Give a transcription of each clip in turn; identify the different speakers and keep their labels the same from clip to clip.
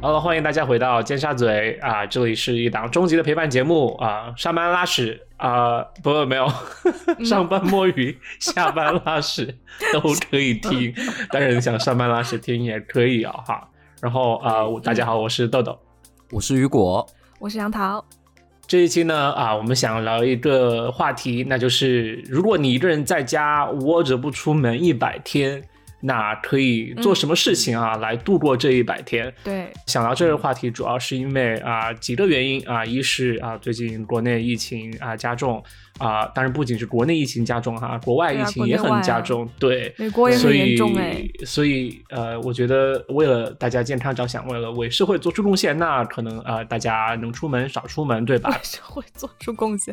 Speaker 1: 好了，欢迎大家回到尖沙咀啊，这里是一档终极的陪伴节目啊，上班拉屎啊，不不没有，上班摸鱼，下班拉屎都可以听，当然你想上班拉屎听也可以啊哈。然后啊、我大家好，我是豆豆。
Speaker 2: 我是雨果，
Speaker 3: 我是杨桃，
Speaker 1: 这一期呢啊，我们想聊一个话题，那就是如果你一个人在家窝着不出门一百天，那可以做什么事情啊、来度过这一百天？
Speaker 3: 对，
Speaker 1: 想聊这个话题，主要是因为啊几个原因啊，一是啊最近国内疫情啊加重啊，当然不仅是国内疫情加重哈、国外
Speaker 3: 对
Speaker 1: 疫
Speaker 3: 啊
Speaker 1: 情
Speaker 3: 国内
Speaker 1: 也很
Speaker 3: 外
Speaker 1: 加
Speaker 3: 啊
Speaker 1: 重，对。
Speaker 3: 美国也
Speaker 1: 所
Speaker 3: 很
Speaker 1: 以
Speaker 3: 严重哎，
Speaker 1: 所以呃，我觉得为了大家健康着想，为了为社会做出贡献，那可能呃大家能出门少出门，对吧
Speaker 3: 我？是会做出贡献，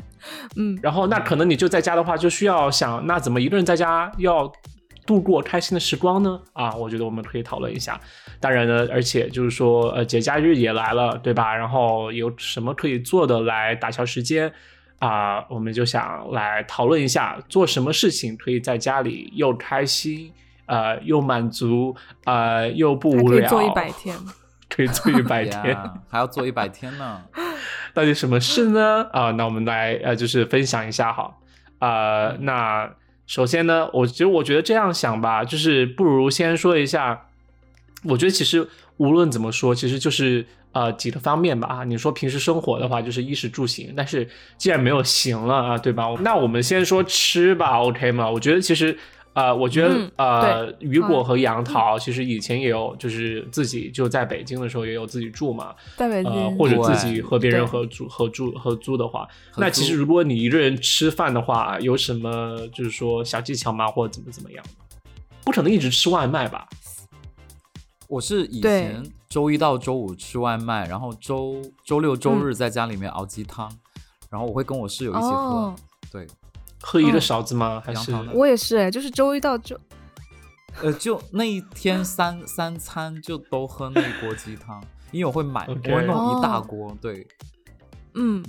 Speaker 3: 嗯，
Speaker 1: 然后那可能你就在家的话，就需要想那怎么一个人在家要度过开心的时光呢？啊，我觉得我们可以讨论一下。当然呢，而且就是说，呃，节假日也来了，对吧？然后有什么可以做的来打消时间？啊、我们就想来讨论一下，做什么事情可以在家里又开心，呃，又满足，呃，又不
Speaker 3: 还
Speaker 1: 无
Speaker 3: 可以
Speaker 1: 聊，
Speaker 3: 做一百，天，
Speaker 1: 可以做一 百天。
Speaker 2: 呀还要做一百天 呢。
Speaker 1: 到底什么事呢？啊、那我们来呃，就是分享一下哈。呃，那首先呢，我其实我觉得这样想吧，就是不如先说一下，我觉得其实无论怎么说，其实就是呃几个方面吧啊。你说平时生活的话，就是衣食住行，但是既然没有行了啊，对吧？那我们先说吃吧，OK 吗？我觉得其实。呃，我觉得、
Speaker 3: 嗯
Speaker 1: 呃，雨
Speaker 3: 好
Speaker 1: 果和杨桃其实以前也有，就是自己就在北京的时候也有自己住嘛，
Speaker 3: 在北
Speaker 1: 呃，
Speaker 3: 京
Speaker 1: 或者自
Speaker 2: 对
Speaker 1: 己和别人
Speaker 3: 嗯对
Speaker 1: 合租、合住、合租的话，
Speaker 2: 合
Speaker 1: 那其
Speaker 2: 租
Speaker 1: 实如果你一个人吃饭的话，有什么就是说小技巧吗，或者怎么怎么样？不可能一直吃外卖吧？
Speaker 2: 我是以
Speaker 3: 对
Speaker 2: 前周一到周五吃外卖，然后周周六周日在家里面熬鸡汤，然后我会跟我室友一起喝。
Speaker 3: 哦，
Speaker 2: 对，
Speaker 1: 喝一个
Speaker 3: 嗯
Speaker 1: 勺子吗？还
Speaker 2: 杨
Speaker 1: 是
Speaker 2: 桃呢
Speaker 3: 我也是哎，就是周一到周，
Speaker 2: 呃，就那一天三三餐就都喝那一锅鸡汤，因为我会买，
Speaker 1: OK
Speaker 2: 我会弄一大
Speaker 3: 哦
Speaker 2: 锅。对，
Speaker 3: 嗯，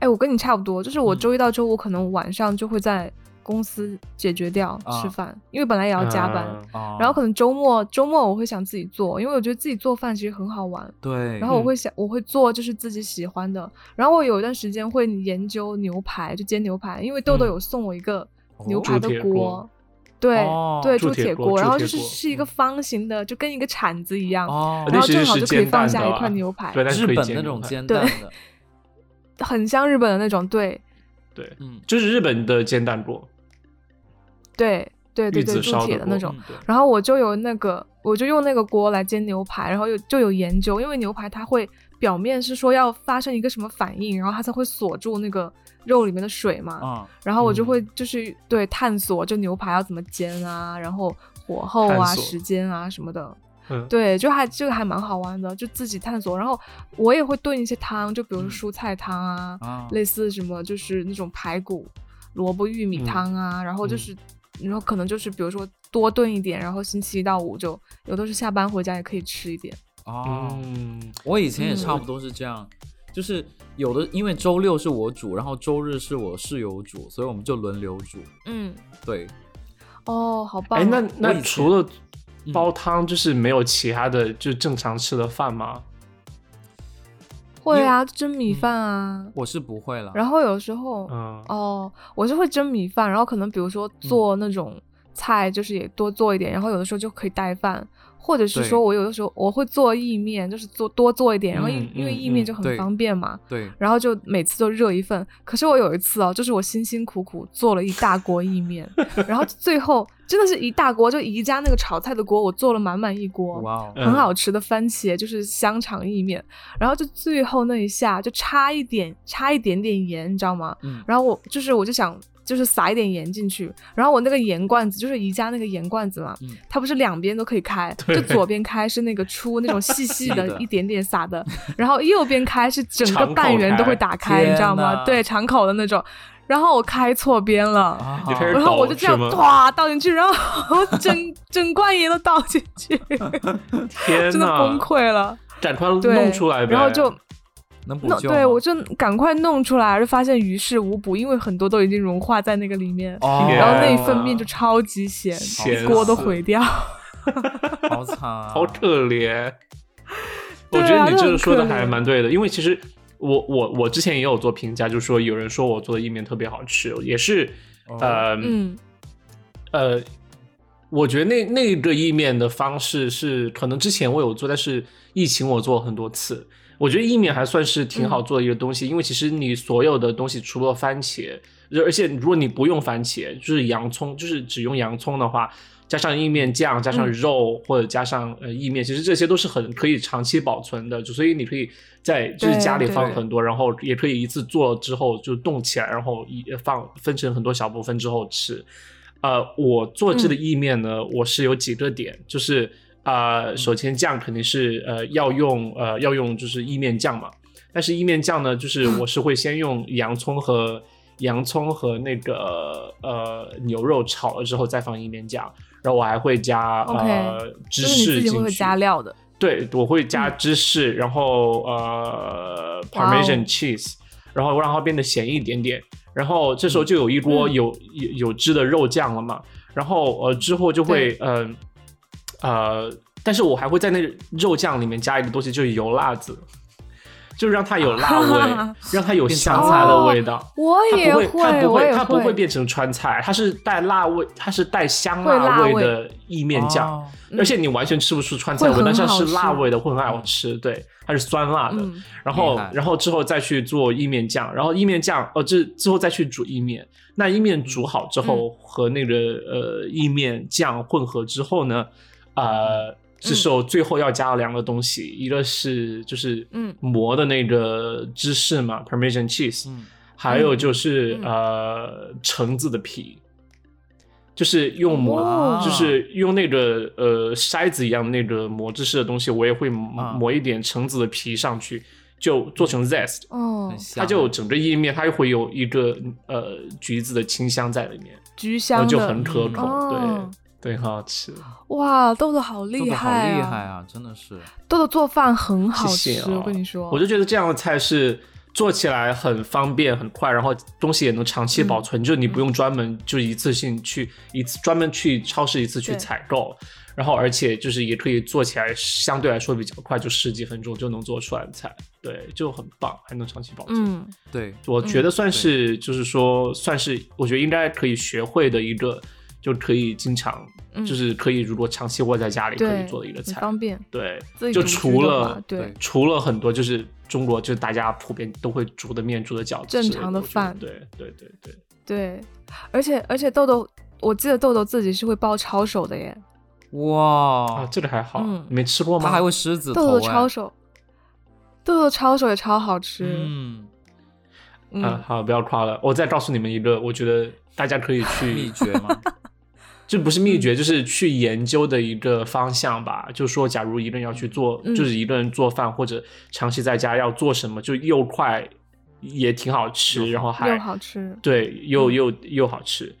Speaker 3: 哎，我跟你差不多，就是我
Speaker 2: 嗯
Speaker 3: 周一到周五可能晚上就会在公司解决掉
Speaker 2: 啊
Speaker 3: 吃饭，因为本来也要加班，
Speaker 1: 啊
Speaker 2: 啊、
Speaker 3: 然后可能周末周末我会想自己做，因为我觉得自己做饭其实很好玩，
Speaker 2: 对，
Speaker 3: 然后我
Speaker 1: 嗯
Speaker 3: 会想，我会做就是自己喜欢的。然后我有一段时间会研究牛排，就煎牛排，因为豆
Speaker 1: 嗯
Speaker 3: 豆有送我一个牛
Speaker 2: 哦
Speaker 3: 排的
Speaker 1: 铸铁
Speaker 3: 锅，
Speaker 1: 锅
Speaker 3: 对、
Speaker 2: 哦
Speaker 3: 对，
Speaker 1: 铸
Speaker 3: 铸
Speaker 1: 铁
Speaker 3: 铁
Speaker 1: 锅
Speaker 3: 锅，然
Speaker 1: 铸
Speaker 3: 后
Speaker 1: 铁
Speaker 3: 就是
Speaker 1: 锅
Speaker 3: 是一
Speaker 1: 嗯
Speaker 3: 个方形的，就跟一个铲子一样，
Speaker 2: 哦，
Speaker 3: 然后
Speaker 1: 其实
Speaker 3: 正好
Speaker 1: 是
Speaker 3: 就可以
Speaker 1: 煎蛋
Speaker 3: 放
Speaker 1: 的
Speaker 3: 下一
Speaker 1: 啊
Speaker 3: 块牛排，
Speaker 1: 对，但是
Speaker 2: 日
Speaker 1: 可以
Speaker 2: 本
Speaker 1: 煎呃
Speaker 2: 那
Speaker 1: 牛
Speaker 2: 种
Speaker 1: 排
Speaker 2: 煎
Speaker 3: 对
Speaker 2: 蛋的，
Speaker 3: 很像日本的那种，对
Speaker 1: 对，
Speaker 2: 嗯，
Speaker 1: 就是日本的煎蛋锅，
Speaker 3: 对对对
Speaker 1: 玉子
Speaker 3: 对，
Speaker 1: 烧的
Speaker 3: 铸铁的
Speaker 1: 锅
Speaker 3: 那种。
Speaker 2: 嗯对
Speaker 3: 然后我就有那个，我就用那个锅来煎牛排，然后有就有研究，因为牛排它会表面是说要发生一个什么反应，然后它才会锁住那个肉里面的水嘛。
Speaker 2: 嗯，
Speaker 3: 然后我就
Speaker 1: 嗯
Speaker 3: 会就是对探索就牛排要怎么煎啊，然后火候
Speaker 1: 探
Speaker 3: 啊、
Speaker 1: 索
Speaker 3: 时间啊什么的，
Speaker 1: 嗯，
Speaker 3: 对，就还这个还蛮好玩的，就自己探索。然后我也会炖一些汤，就比如
Speaker 2: 嗯
Speaker 3: 说蔬菜汤啊，
Speaker 2: 啊，
Speaker 3: 类似什么就是那种排骨、萝卜玉米
Speaker 1: 嗯
Speaker 3: 汤啊，然后就
Speaker 1: 嗯
Speaker 3: 是，然后可能就是比如说多炖一点，然后星期一到五就有的是下班回家也可以吃一点。
Speaker 2: 哦，
Speaker 1: 嗯，
Speaker 2: 我以前也
Speaker 3: 嗯
Speaker 2: 差不多是这样，就是有的因为周六是我煮，然后周日是我室友煮，所以我们就轮流煮。
Speaker 3: 嗯，
Speaker 2: 对，
Speaker 3: 哦，好棒、
Speaker 1: 哎，那
Speaker 2: 我
Speaker 1: 那
Speaker 2: 以
Speaker 1: 除了
Speaker 2: 嗯
Speaker 1: 煲汤，就是没有其他的，就正常吃的饭吗？
Speaker 3: 会
Speaker 2: 因为
Speaker 3: 啊，蒸米
Speaker 2: 嗯
Speaker 3: 饭啊，
Speaker 2: 我是不会了。
Speaker 3: 然后有时候，
Speaker 1: 嗯，
Speaker 3: 哦，我是会蒸米饭，然后可能比如说做那种菜，就是也多做一点，然后有的时候就可以带饭，或者是
Speaker 2: 对
Speaker 3: 说我有的时候我会做意面，就是做多做一点，然后因
Speaker 1: 嗯
Speaker 3: 因为
Speaker 1: 嗯
Speaker 3: 意面
Speaker 1: 嗯
Speaker 3: 就很
Speaker 2: 对
Speaker 3: 方便嘛，
Speaker 2: 对，
Speaker 3: 然后就每次就热一份。可是我有一次哦，就是我辛辛苦苦做了一大锅意面，然后最后真的是一大锅，就宜家那个炒菜的锅，我做了满满一锅。
Speaker 2: 哇哦，
Speaker 1: 嗯
Speaker 3: 很好吃的番茄，就是香肠意面，然后就最后那一下就差一点，差一点点盐，你知道吗？
Speaker 2: 嗯，
Speaker 3: 然后我就是我就想就是撒一点盐进去，然后我那个盐罐子就是宜家那个盐罐子嘛，
Speaker 2: 嗯
Speaker 3: 它不是两边都可以开，
Speaker 1: 对
Speaker 3: 就左边开是那个出那 种细细
Speaker 2: 细
Speaker 3: 的
Speaker 2: 的
Speaker 3: 一点点撒的，然后右边开是整个
Speaker 1: 敞口
Speaker 3: 半圆
Speaker 1: 开
Speaker 3: 都会打开，你知道
Speaker 2: 天哪
Speaker 3: 吗？对，敞口的那种，然后我开错边了。
Speaker 2: 啊
Speaker 1: 你开始
Speaker 3: 然后我
Speaker 1: 倒
Speaker 3: 就这样
Speaker 1: 是吗
Speaker 3: 哗倒进去，然后 整整罐盐都倒进去，
Speaker 1: 天
Speaker 3: 真的
Speaker 1: 呐，
Speaker 3: 崩溃了。
Speaker 1: 赶快
Speaker 3: 对，
Speaker 1: 弄出来呗！
Speaker 3: 然后就
Speaker 2: 能补
Speaker 3: 弄，
Speaker 2: 救
Speaker 3: 对
Speaker 2: 吗
Speaker 3: 我就赶快弄出来，就发现于事无补，因为很多都已经融化在那个里面。
Speaker 2: 哦，
Speaker 1: 天
Speaker 3: 然后那一
Speaker 1: 呐
Speaker 3: 份面就超级咸，
Speaker 1: 咸
Speaker 3: 锅都
Speaker 1: 死
Speaker 3: 毁掉。
Speaker 2: 好惨啊，
Speaker 1: 好可怜。我
Speaker 3: 对
Speaker 1: 觉得
Speaker 3: 啊
Speaker 1: 你
Speaker 3: 就
Speaker 1: 这
Speaker 3: 很
Speaker 1: 个说的
Speaker 3: 可
Speaker 1: 还
Speaker 3: 怜
Speaker 1: 蛮对的，因为其实我我我之前也有做评价，就是说有人说我做的意面特别好吃，也是
Speaker 2: 哦
Speaker 1: 呃、
Speaker 3: 嗯，
Speaker 1: 呃，我觉得那那个意面的方式是可能之前我有做，但是疫情我做了很多次。我觉得意面还算是挺好做的一个东西，因为其实你所有的东西除了番茄，而而且如果你不用番茄，就是洋葱，就是只用洋葱的话，加上意面酱，加上
Speaker 3: 嗯
Speaker 1: 肉、或者加上呃意面，其实这些都是很可以长期保存的，就所以你可以在就是
Speaker 3: 对
Speaker 1: 家里
Speaker 3: 对
Speaker 1: 放很多，然后也可以一次做之后就冻起来，然后一放分成很多小部分之后吃。呃，我做这个
Speaker 3: 嗯
Speaker 1: 意面呢，我是有几个点，就是呃，首先酱肯定是呃要用呃要用就是意面酱嘛，但是意面酱呢，就是
Speaker 3: 嗯
Speaker 1: 我是会先用洋葱和洋葱和那个呃牛肉炒了之后再放意面酱，然后我还会加
Speaker 3: OK，
Speaker 1: 呃芝
Speaker 3: 就是
Speaker 1: 士
Speaker 3: 你自己会
Speaker 1: 进
Speaker 3: 不会
Speaker 1: 去，
Speaker 3: 加料的，
Speaker 1: 对，我会加芝士，然后呃
Speaker 3: 嗯哇哦
Speaker 1: Parmesan cheese，然后让它变得咸一点点。然后这时候就有一锅
Speaker 3: 嗯，
Speaker 1: 有、有有汁的肉酱了嘛。然后呃之后就会呃呃，但是我还会在那肉酱里面加一个东西，就是油辣子，就让它有辣味
Speaker 3: 啊
Speaker 1: 让它有
Speaker 2: 变
Speaker 1: 香
Speaker 3: 川
Speaker 1: 菜的
Speaker 3: 菜
Speaker 1: 味道。
Speaker 3: 我
Speaker 1: 它
Speaker 3: 也
Speaker 1: 不会，它不
Speaker 3: 我
Speaker 1: 会，
Speaker 3: 也
Speaker 1: 它不会变成川菜，它是带辣味，它是带香
Speaker 3: 会辣
Speaker 1: 味
Speaker 3: 味
Speaker 1: 的意面酱。
Speaker 2: 哦
Speaker 1: 而且你完全吃不出川菜
Speaker 3: 嗯会
Speaker 1: 味，
Speaker 3: 很
Speaker 1: 但是它是
Speaker 3: 好
Speaker 1: 辣
Speaker 3: 吃
Speaker 1: 味的，会很好吃。对，它是酸辣的。
Speaker 3: 嗯
Speaker 1: 然后
Speaker 2: 厉害，
Speaker 1: 然后之后再去做意面酱，然后意面酱，哦，这之后再去煮意面。那意面
Speaker 3: 嗯
Speaker 1: 煮好之后，和那个呃意面酱混合之后呢，呃，
Speaker 3: 嗯
Speaker 1: 这时候最后要加两个东西，一个是就是
Speaker 3: 嗯
Speaker 1: 磨的那个芝士嘛，Parmesan cheese，
Speaker 2: 嗯
Speaker 1: 还有就是、
Speaker 3: 嗯嗯
Speaker 1: 呃橙子的皮，就是用磨，
Speaker 3: 哦
Speaker 1: 就是用那个呃筛子一样的那个磨芝士的东西，我也会磨,、
Speaker 2: 啊
Speaker 1: 一点橙子的皮上去，就做成 zest，、
Speaker 3: 哦
Speaker 2: 很，香
Speaker 1: 它就整个意面它会有一个呃橘子的清香在里面，
Speaker 3: 菊
Speaker 1: 然
Speaker 3: 香
Speaker 1: 后
Speaker 3: 的
Speaker 1: 就很可
Speaker 2: 嗯
Speaker 1: 口，
Speaker 3: 哦
Speaker 1: 对对，很好吃。
Speaker 3: 哇，豆豆好
Speaker 2: 做
Speaker 3: 厉
Speaker 2: 的好
Speaker 3: 害
Speaker 2: 厉
Speaker 3: 啊！
Speaker 2: 害啊，真的是。
Speaker 3: 豆豆做饭很好
Speaker 1: 谢谢
Speaker 3: 吃，
Speaker 1: 啊
Speaker 3: 我跟你说，
Speaker 1: 我就觉得这样的菜是做起来很方便、很快，然后东西也能长期
Speaker 3: 嗯
Speaker 1: 保存，就你不用专门就一次性去一次专门去超市一次去
Speaker 3: 对
Speaker 1: 采购，然后而且就是也可以做起来相对来说比较快，就十几分钟就能做出来的菜，对，就很棒，还能长期保存。
Speaker 3: 嗯，
Speaker 2: 对，
Speaker 1: 我觉得算是就是说算是我觉得应该可以学会的一个，就可以经常。
Speaker 3: 嗯
Speaker 1: 就是可以，如果长期窝在家里可
Speaker 3: 对，
Speaker 1: 以做的一个
Speaker 3: 很
Speaker 1: 菜，
Speaker 3: 方便，
Speaker 1: 对，
Speaker 3: 自己
Speaker 1: 就
Speaker 3: 独居
Speaker 1: 除
Speaker 3: 的
Speaker 1: 了
Speaker 3: 话对
Speaker 2: 对，
Speaker 1: 除了很多就是中国就是大家普遍都会煮的面、煮的饺子之类，
Speaker 3: 正常的
Speaker 1: 我觉得
Speaker 3: 饭
Speaker 1: 对对对对，
Speaker 3: 对，而且而且豆豆，我记得豆豆自己是会包抄手的耶，
Speaker 1: 啊，
Speaker 2: 哇，
Speaker 1: 这个还好，
Speaker 3: 嗯
Speaker 1: 你没吃过吗？
Speaker 2: 它还会狮子
Speaker 3: 豆
Speaker 2: 头
Speaker 3: 豆
Speaker 2: 哎，
Speaker 1: 啊
Speaker 3: 抄手，豆豆抄手也超好吃，
Speaker 2: 嗯，
Speaker 3: 嗯，
Speaker 1: 啊，好，不要夸了，我再告诉你们一个，我觉得大家可以
Speaker 2: 秘
Speaker 1: 去，
Speaker 2: 诀吗？
Speaker 1: 这不是秘诀，就是去研究的一个方向吧。就说，假如一个人要去做，
Speaker 3: 嗯
Speaker 1: 就是一个人做饭或者长期在家要做什么，就又快也挺好吃，然后还
Speaker 3: 又好吃，
Speaker 1: 对，又
Speaker 3: 嗯
Speaker 1: 又又好吃。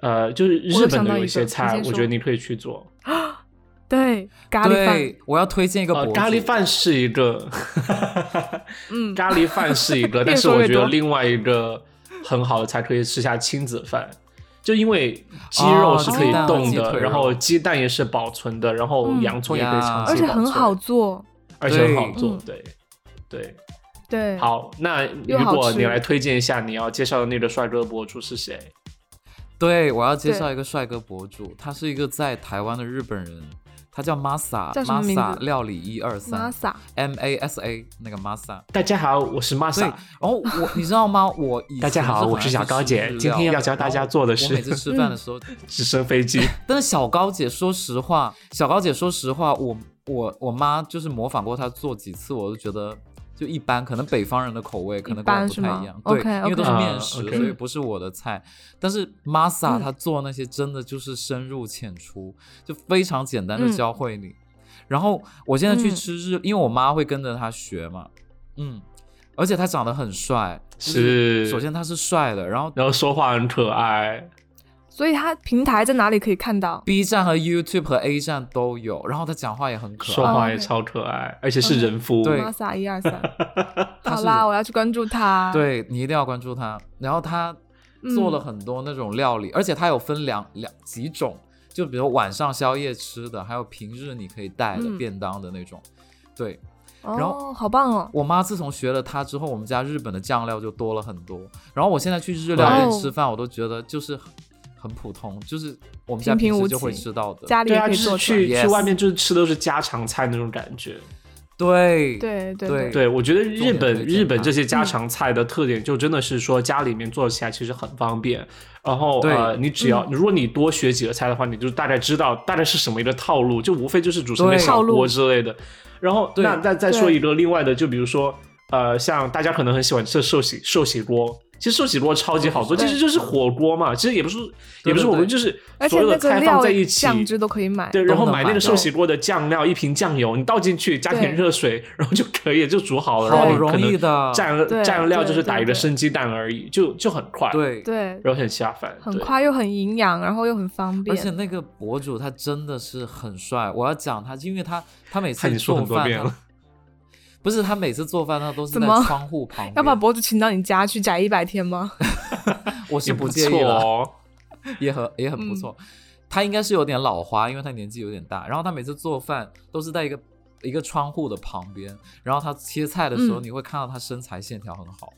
Speaker 1: 呃，就是日
Speaker 3: 我又
Speaker 1: 本
Speaker 3: 想
Speaker 1: 的
Speaker 3: 到
Speaker 1: 有
Speaker 3: 一
Speaker 1: 些
Speaker 3: 个你
Speaker 1: 菜，
Speaker 3: 先
Speaker 1: 我觉
Speaker 3: 说
Speaker 1: 得你可以去做。
Speaker 3: 对，咖喱饭，
Speaker 2: 对，我要推荐一个博
Speaker 1: 呃，
Speaker 2: 主，
Speaker 1: 咖喱饭是一个，
Speaker 3: 嗯
Speaker 1: 咖喱饭是一个，
Speaker 3: 越
Speaker 1: 但是
Speaker 3: 说
Speaker 1: 我
Speaker 3: 越
Speaker 1: 觉得
Speaker 3: 多
Speaker 1: 另外一个很好的才可以吃下亲子饭，就因为鸡肉
Speaker 2: 哦
Speaker 1: 是可以
Speaker 2: 鸡蛋
Speaker 1: 冻
Speaker 2: 鸡
Speaker 1: 的，
Speaker 2: 腿
Speaker 1: 然
Speaker 2: 肉
Speaker 1: 后鸡蛋也是保存的，然后
Speaker 3: 嗯
Speaker 1: 洋葱也可以
Speaker 2: 呀
Speaker 1: 长
Speaker 3: 而
Speaker 1: 期
Speaker 3: 且
Speaker 1: 保存，
Speaker 3: 很好做，
Speaker 1: 而且很好
Speaker 2: 对
Speaker 1: 做
Speaker 3: 嗯，
Speaker 1: 对对。
Speaker 3: 对，
Speaker 1: 好，那
Speaker 3: 又
Speaker 1: 如
Speaker 3: 好
Speaker 1: 果你
Speaker 3: 吃
Speaker 1: 来推荐一下你要介绍的那个帅哥博主是谁？
Speaker 2: 对，我要介
Speaker 3: 对
Speaker 2: 绍一个帅哥博主，他是一个在台湾的日本人，他叫 Masa
Speaker 3: 叫什么名字
Speaker 2: Masa 料理一二三
Speaker 3: masa，
Speaker 2: M A S A 那个 Masa。
Speaker 1: 大家好，我是
Speaker 2: 对，
Speaker 1: Masa
Speaker 2: 然。后我你知道吗？我以
Speaker 1: 大家
Speaker 2: 前
Speaker 1: 好
Speaker 2: 很
Speaker 1: 我
Speaker 2: 爱
Speaker 1: 是小
Speaker 2: 吃
Speaker 1: 高姐
Speaker 2: 日
Speaker 1: 今天
Speaker 2: 料
Speaker 1: 要教大
Speaker 2: 然
Speaker 1: 家
Speaker 2: 后
Speaker 1: 做的
Speaker 2: 我
Speaker 1: 是
Speaker 2: 每次吃饭的时 候，
Speaker 1: 直升飞机，
Speaker 2: 但是小高姐，说实话，小高姐，说实话，我我我妈就是模仿过她做几次，我都觉得就一般，可能北方人的口味可能跟我
Speaker 3: 一般
Speaker 2: 不
Speaker 3: 是
Speaker 2: 太
Speaker 3: 吗
Speaker 2: 一样，对
Speaker 3: OK，OK
Speaker 2: 因为都是面食
Speaker 1: 啊，OK
Speaker 2: 所以不是我的菜。但是 Masa
Speaker 3: 嗯
Speaker 2: 她做那些真的就是深入浅出，就非常简单的
Speaker 3: 嗯
Speaker 2: 教会你。然后我现在去
Speaker 3: 嗯
Speaker 2: 吃日，因为我妈会跟着她学嘛，嗯，而且他长得很帅，就是首先他是帅的，然后
Speaker 1: 然后说话很可爱，
Speaker 3: 所以它平台在哪里可以看到？
Speaker 2: B 站和 YouTube 和 A 站都有，然后他讲话也很可
Speaker 1: 说
Speaker 2: 爱。
Speaker 1: 话
Speaker 3: 哦
Speaker 1: 也
Speaker 3: ，OK
Speaker 1: 超可爱，而且是
Speaker 3: OK
Speaker 1: 人夫。
Speaker 2: 对
Speaker 3: masa 一二 三，
Speaker 2: 他
Speaker 3: 好
Speaker 2: 是
Speaker 3: 啦，
Speaker 2: 人
Speaker 3: 我要去关注他。，
Speaker 2: 对你一定要关注他。然后他做
Speaker 3: 嗯
Speaker 2: 了很多那种料理，而且他有分两两几种，就比如晚上宵夜吃的，还有平日你可以带的
Speaker 3: 嗯
Speaker 2: 便当的那种。对，然后
Speaker 3: 哦，好棒哦！
Speaker 2: 我妈自从学了它之后，我们家日本的酱料就多了很多。然后我现在去日料店
Speaker 3: 哦
Speaker 2: 吃饭，我都觉得就是很很普通，就是我们家
Speaker 3: 平平
Speaker 2: 平时
Speaker 3: 无
Speaker 2: 就会
Speaker 3: 奇
Speaker 2: 吃到的。
Speaker 3: 家里
Speaker 1: 对
Speaker 3: 也
Speaker 1: 啊，
Speaker 3: 可
Speaker 1: 就
Speaker 3: 以
Speaker 1: 是
Speaker 3: 做出来
Speaker 1: 去去
Speaker 2: yes
Speaker 1: 外面就是吃都是家常菜那种感觉。
Speaker 2: 对
Speaker 3: 对对
Speaker 2: 对
Speaker 1: 对，我觉得
Speaker 2: 重
Speaker 1: 日
Speaker 2: 点
Speaker 1: 本
Speaker 2: 推荐
Speaker 1: 日本
Speaker 2: 它
Speaker 1: 这些
Speaker 3: 嗯
Speaker 1: 家常菜的特点，就真的是说家里面做起来其实很方便。然后
Speaker 2: 对
Speaker 1: 呃，你只要、
Speaker 3: 嗯
Speaker 1: 如果你多学几个菜的话，你就大概知道大概是什么一个套路，就无非就是煮成一个
Speaker 2: 对
Speaker 1: 小
Speaker 3: 套路
Speaker 1: 锅之类的。然后
Speaker 2: 对
Speaker 1: 那再再说
Speaker 3: 对
Speaker 1: 一个另外的，就比如说呃，像大家可能很喜欢吃的寿喜寿喜锅。其实寿喜锅超级好做，其
Speaker 3: 对
Speaker 1: 实就是火锅嘛，其实也不是也
Speaker 2: 对
Speaker 1: 不是
Speaker 2: 对
Speaker 1: 火锅，
Speaker 2: 对
Speaker 1: 就是
Speaker 3: 而且
Speaker 1: 所有
Speaker 3: 那
Speaker 1: 的
Speaker 3: 个
Speaker 1: 菜
Speaker 3: 料
Speaker 1: 放在一起，
Speaker 3: 酱汁都可以买。
Speaker 1: 对，然后
Speaker 2: 都能
Speaker 1: 买那
Speaker 2: 买
Speaker 1: 个寿
Speaker 3: 到
Speaker 1: 喜锅的酱料，一瓶酱油，你倒进去，加点
Speaker 3: 对
Speaker 1: 热水，然后就可以就煮好了，然
Speaker 2: 好
Speaker 1: 后你可
Speaker 2: 容易
Speaker 1: 能
Speaker 2: 的，
Speaker 1: 蘸了
Speaker 3: 对
Speaker 1: 蘸了料
Speaker 3: 对
Speaker 1: 就是
Speaker 3: 对
Speaker 1: 打一个
Speaker 3: 对
Speaker 1: 生鸡蛋而已，就就很快，，
Speaker 2: 对。
Speaker 3: 对，
Speaker 1: 然后很下饭，
Speaker 3: 很
Speaker 1: 对。
Speaker 3: 快又很营养，然后又很方
Speaker 2: 而
Speaker 3: 便。
Speaker 2: 且那个博主他真的是很帅，我要讲他，因为他他每
Speaker 1: 看
Speaker 2: 次
Speaker 1: 你说
Speaker 2: 做
Speaker 1: 很多
Speaker 2: 饭
Speaker 1: 遍
Speaker 2: 他
Speaker 1: 了，
Speaker 2: 不是他每次做饭他都是
Speaker 3: 怎
Speaker 2: 在
Speaker 3: 么
Speaker 2: 窗户旁边，
Speaker 3: 要把博主请到你家去宅一百天吗？
Speaker 2: 我是
Speaker 1: 也不
Speaker 2: 介
Speaker 1: 错
Speaker 2: 意了，
Speaker 1: 哦。
Speaker 2: 也很也很不错。
Speaker 3: 嗯
Speaker 2: 他应该是有点老花，因为他年纪有点大。然后他每次做饭都是在一个一个窗户的旁边，然后他切菜的时候，
Speaker 3: 嗯
Speaker 2: 你会看到他身材线条很好。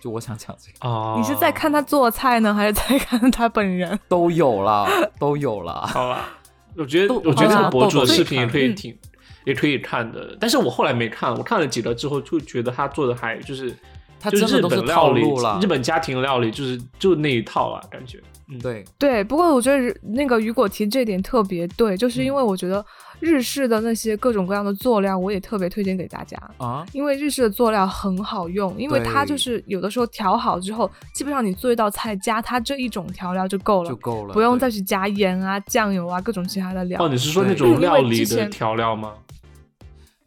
Speaker 2: 就我想讲这个
Speaker 1: 哦，
Speaker 3: 你是在看他做菜呢，还是在看他本人？
Speaker 2: 都有啦，都有啦。
Speaker 1: 好吧？我觉得
Speaker 2: 豆
Speaker 1: 我觉得
Speaker 2: 好
Speaker 1: 那
Speaker 2: 啦
Speaker 1: 个博主
Speaker 2: 豆
Speaker 1: 的
Speaker 2: 豆
Speaker 1: 视
Speaker 2: 可
Speaker 1: 频也
Speaker 2: 以看
Speaker 1: 可以
Speaker 3: 嗯
Speaker 1: 挺也可以看的，但是我后来没看，我看了几个之后就觉得他做的还就是。
Speaker 2: 他
Speaker 1: 就
Speaker 2: 真的
Speaker 1: 日
Speaker 2: 都是
Speaker 1: 本料
Speaker 2: 套
Speaker 1: 理
Speaker 2: 路啦，
Speaker 1: 日本家庭料理就是就那一套啊，感觉。嗯，
Speaker 2: 对
Speaker 3: 对，不过我觉得那个雨果提这点特别对，就是因为我觉得日式的那些各种各样的佐料，我也特别推荐给大家。
Speaker 2: 啊，
Speaker 3: 因为日式的佐料很好用，因为它就是有的时候调好之后，基本上你做一道菜加它这一种调料就够了，
Speaker 2: 就够了，
Speaker 3: 不用
Speaker 2: 对
Speaker 3: 再去加盐啊、酱油啊各种其他的料。
Speaker 1: 哦，你是说那
Speaker 2: 对
Speaker 1: 种
Speaker 3: 因为
Speaker 1: 料
Speaker 3: 之
Speaker 1: 理的
Speaker 3: 前
Speaker 1: 调料吗？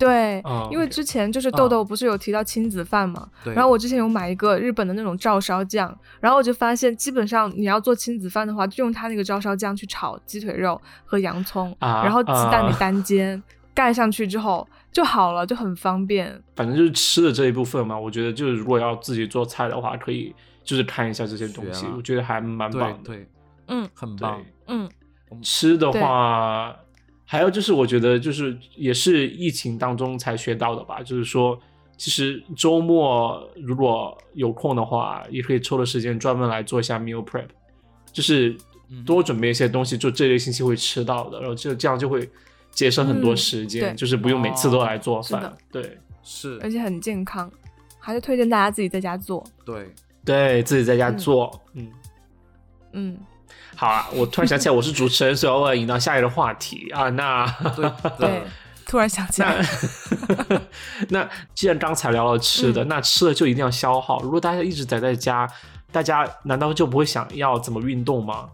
Speaker 3: 对，
Speaker 1: 哦
Speaker 3: 因为
Speaker 1: OK
Speaker 3: 之前就是豆豆不是有提到亲子饭嘛，
Speaker 2: 对
Speaker 3: 然后我之前有买一个日本的那种照烧酱，然后我就发现基本上你要做亲子饭的话，就用它那个照烧酱去炒鸡腿肉和洋葱，
Speaker 1: 啊
Speaker 3: 然后鸡蛋你
Speaker 1: 啊
Speaker 3: 单煎、盖上去之后就好了，就很方便。
Speaker 1: 反正就是吃的这一部分嘛，我觉得就是如果要自己做菜的话，可以就是看一下这些东西
Speaker 2: 学，啊
Speaker 1: 我觉得还蛮
Speaker 2: 对
Speaker 1: 棒的。
Speaker 2: 对，
Speaker 3: 嗯
Speaker 2: 很
Speaker 1: 对，
Speaker 2: 棒。
Speaker 3: 嗯，
Speaker 1: 吃的话，还有就是我觉得就是也是疫情当中才学到的吧，就是说。其实周末如果有空的话，也可以抽的时间专门来做一下 meal
Speaker 3: 嗯
Speaker 1: prep，就是
Speaker 2: 嗯
Speaker 1: 多准备一些东西，就这类星期会吃到的，然后就这样就会节省很多
Speaker 3: 嗯
Speaker 1: 时间，
Speaker 3: 对哦
Speaker 1: 就是不用每次都来做
Speaker 3: 是的
Speaker 1: 饭。对，
Speaker 2: 是
Speaker 3: 而，且很健康，还是推荐大家自己在家做。
Speaker 2: 对，
Speaker 1: 对自己在家
Speaker 3: 嗯
Speaker 1: 做，嗯，
Speaker 3: 嗯，
Speaker 1: 好啊，我突然想起来我是主持人，所以我要引到下一个话题啊。那
Speaker 2: 对
Speaker 3: 对
Speaker 2: 的，
Speaker 3: 突然想起来，
Speaker 1: 那既然刚才聊了吃的，
Speaker 3: 嗯
Speaker 1: 那吃的就一定要消耗。如果大家一直宅在家，大家难道就不会想要怎么运动吗？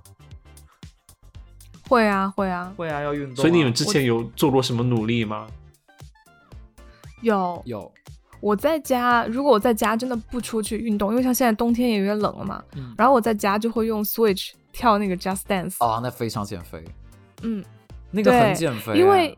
Speaker 3: 会啊会啊，
Speaker 2: 会啊，要运动啊。
Speaker 1: 所以你们之前有做过什么努力 吗？
Speaker 3: 有
Speaker 2: 有，
Speaker 3: 我在家，如果我在家真的不出去运动，因为像现在冬天也有点冷了嘛，
Speaker 2: 嗯
Speaker 3: 然后我在家就会用 Switch 跳那个 Just Dance，、
Speaker 2: 啊，那非常减肥，
Speaker 3: 嗯，
Speaker 2: 那个很
Speaker 3: 对
Speaker 2: 减肥，啊
Speaker 3: 因为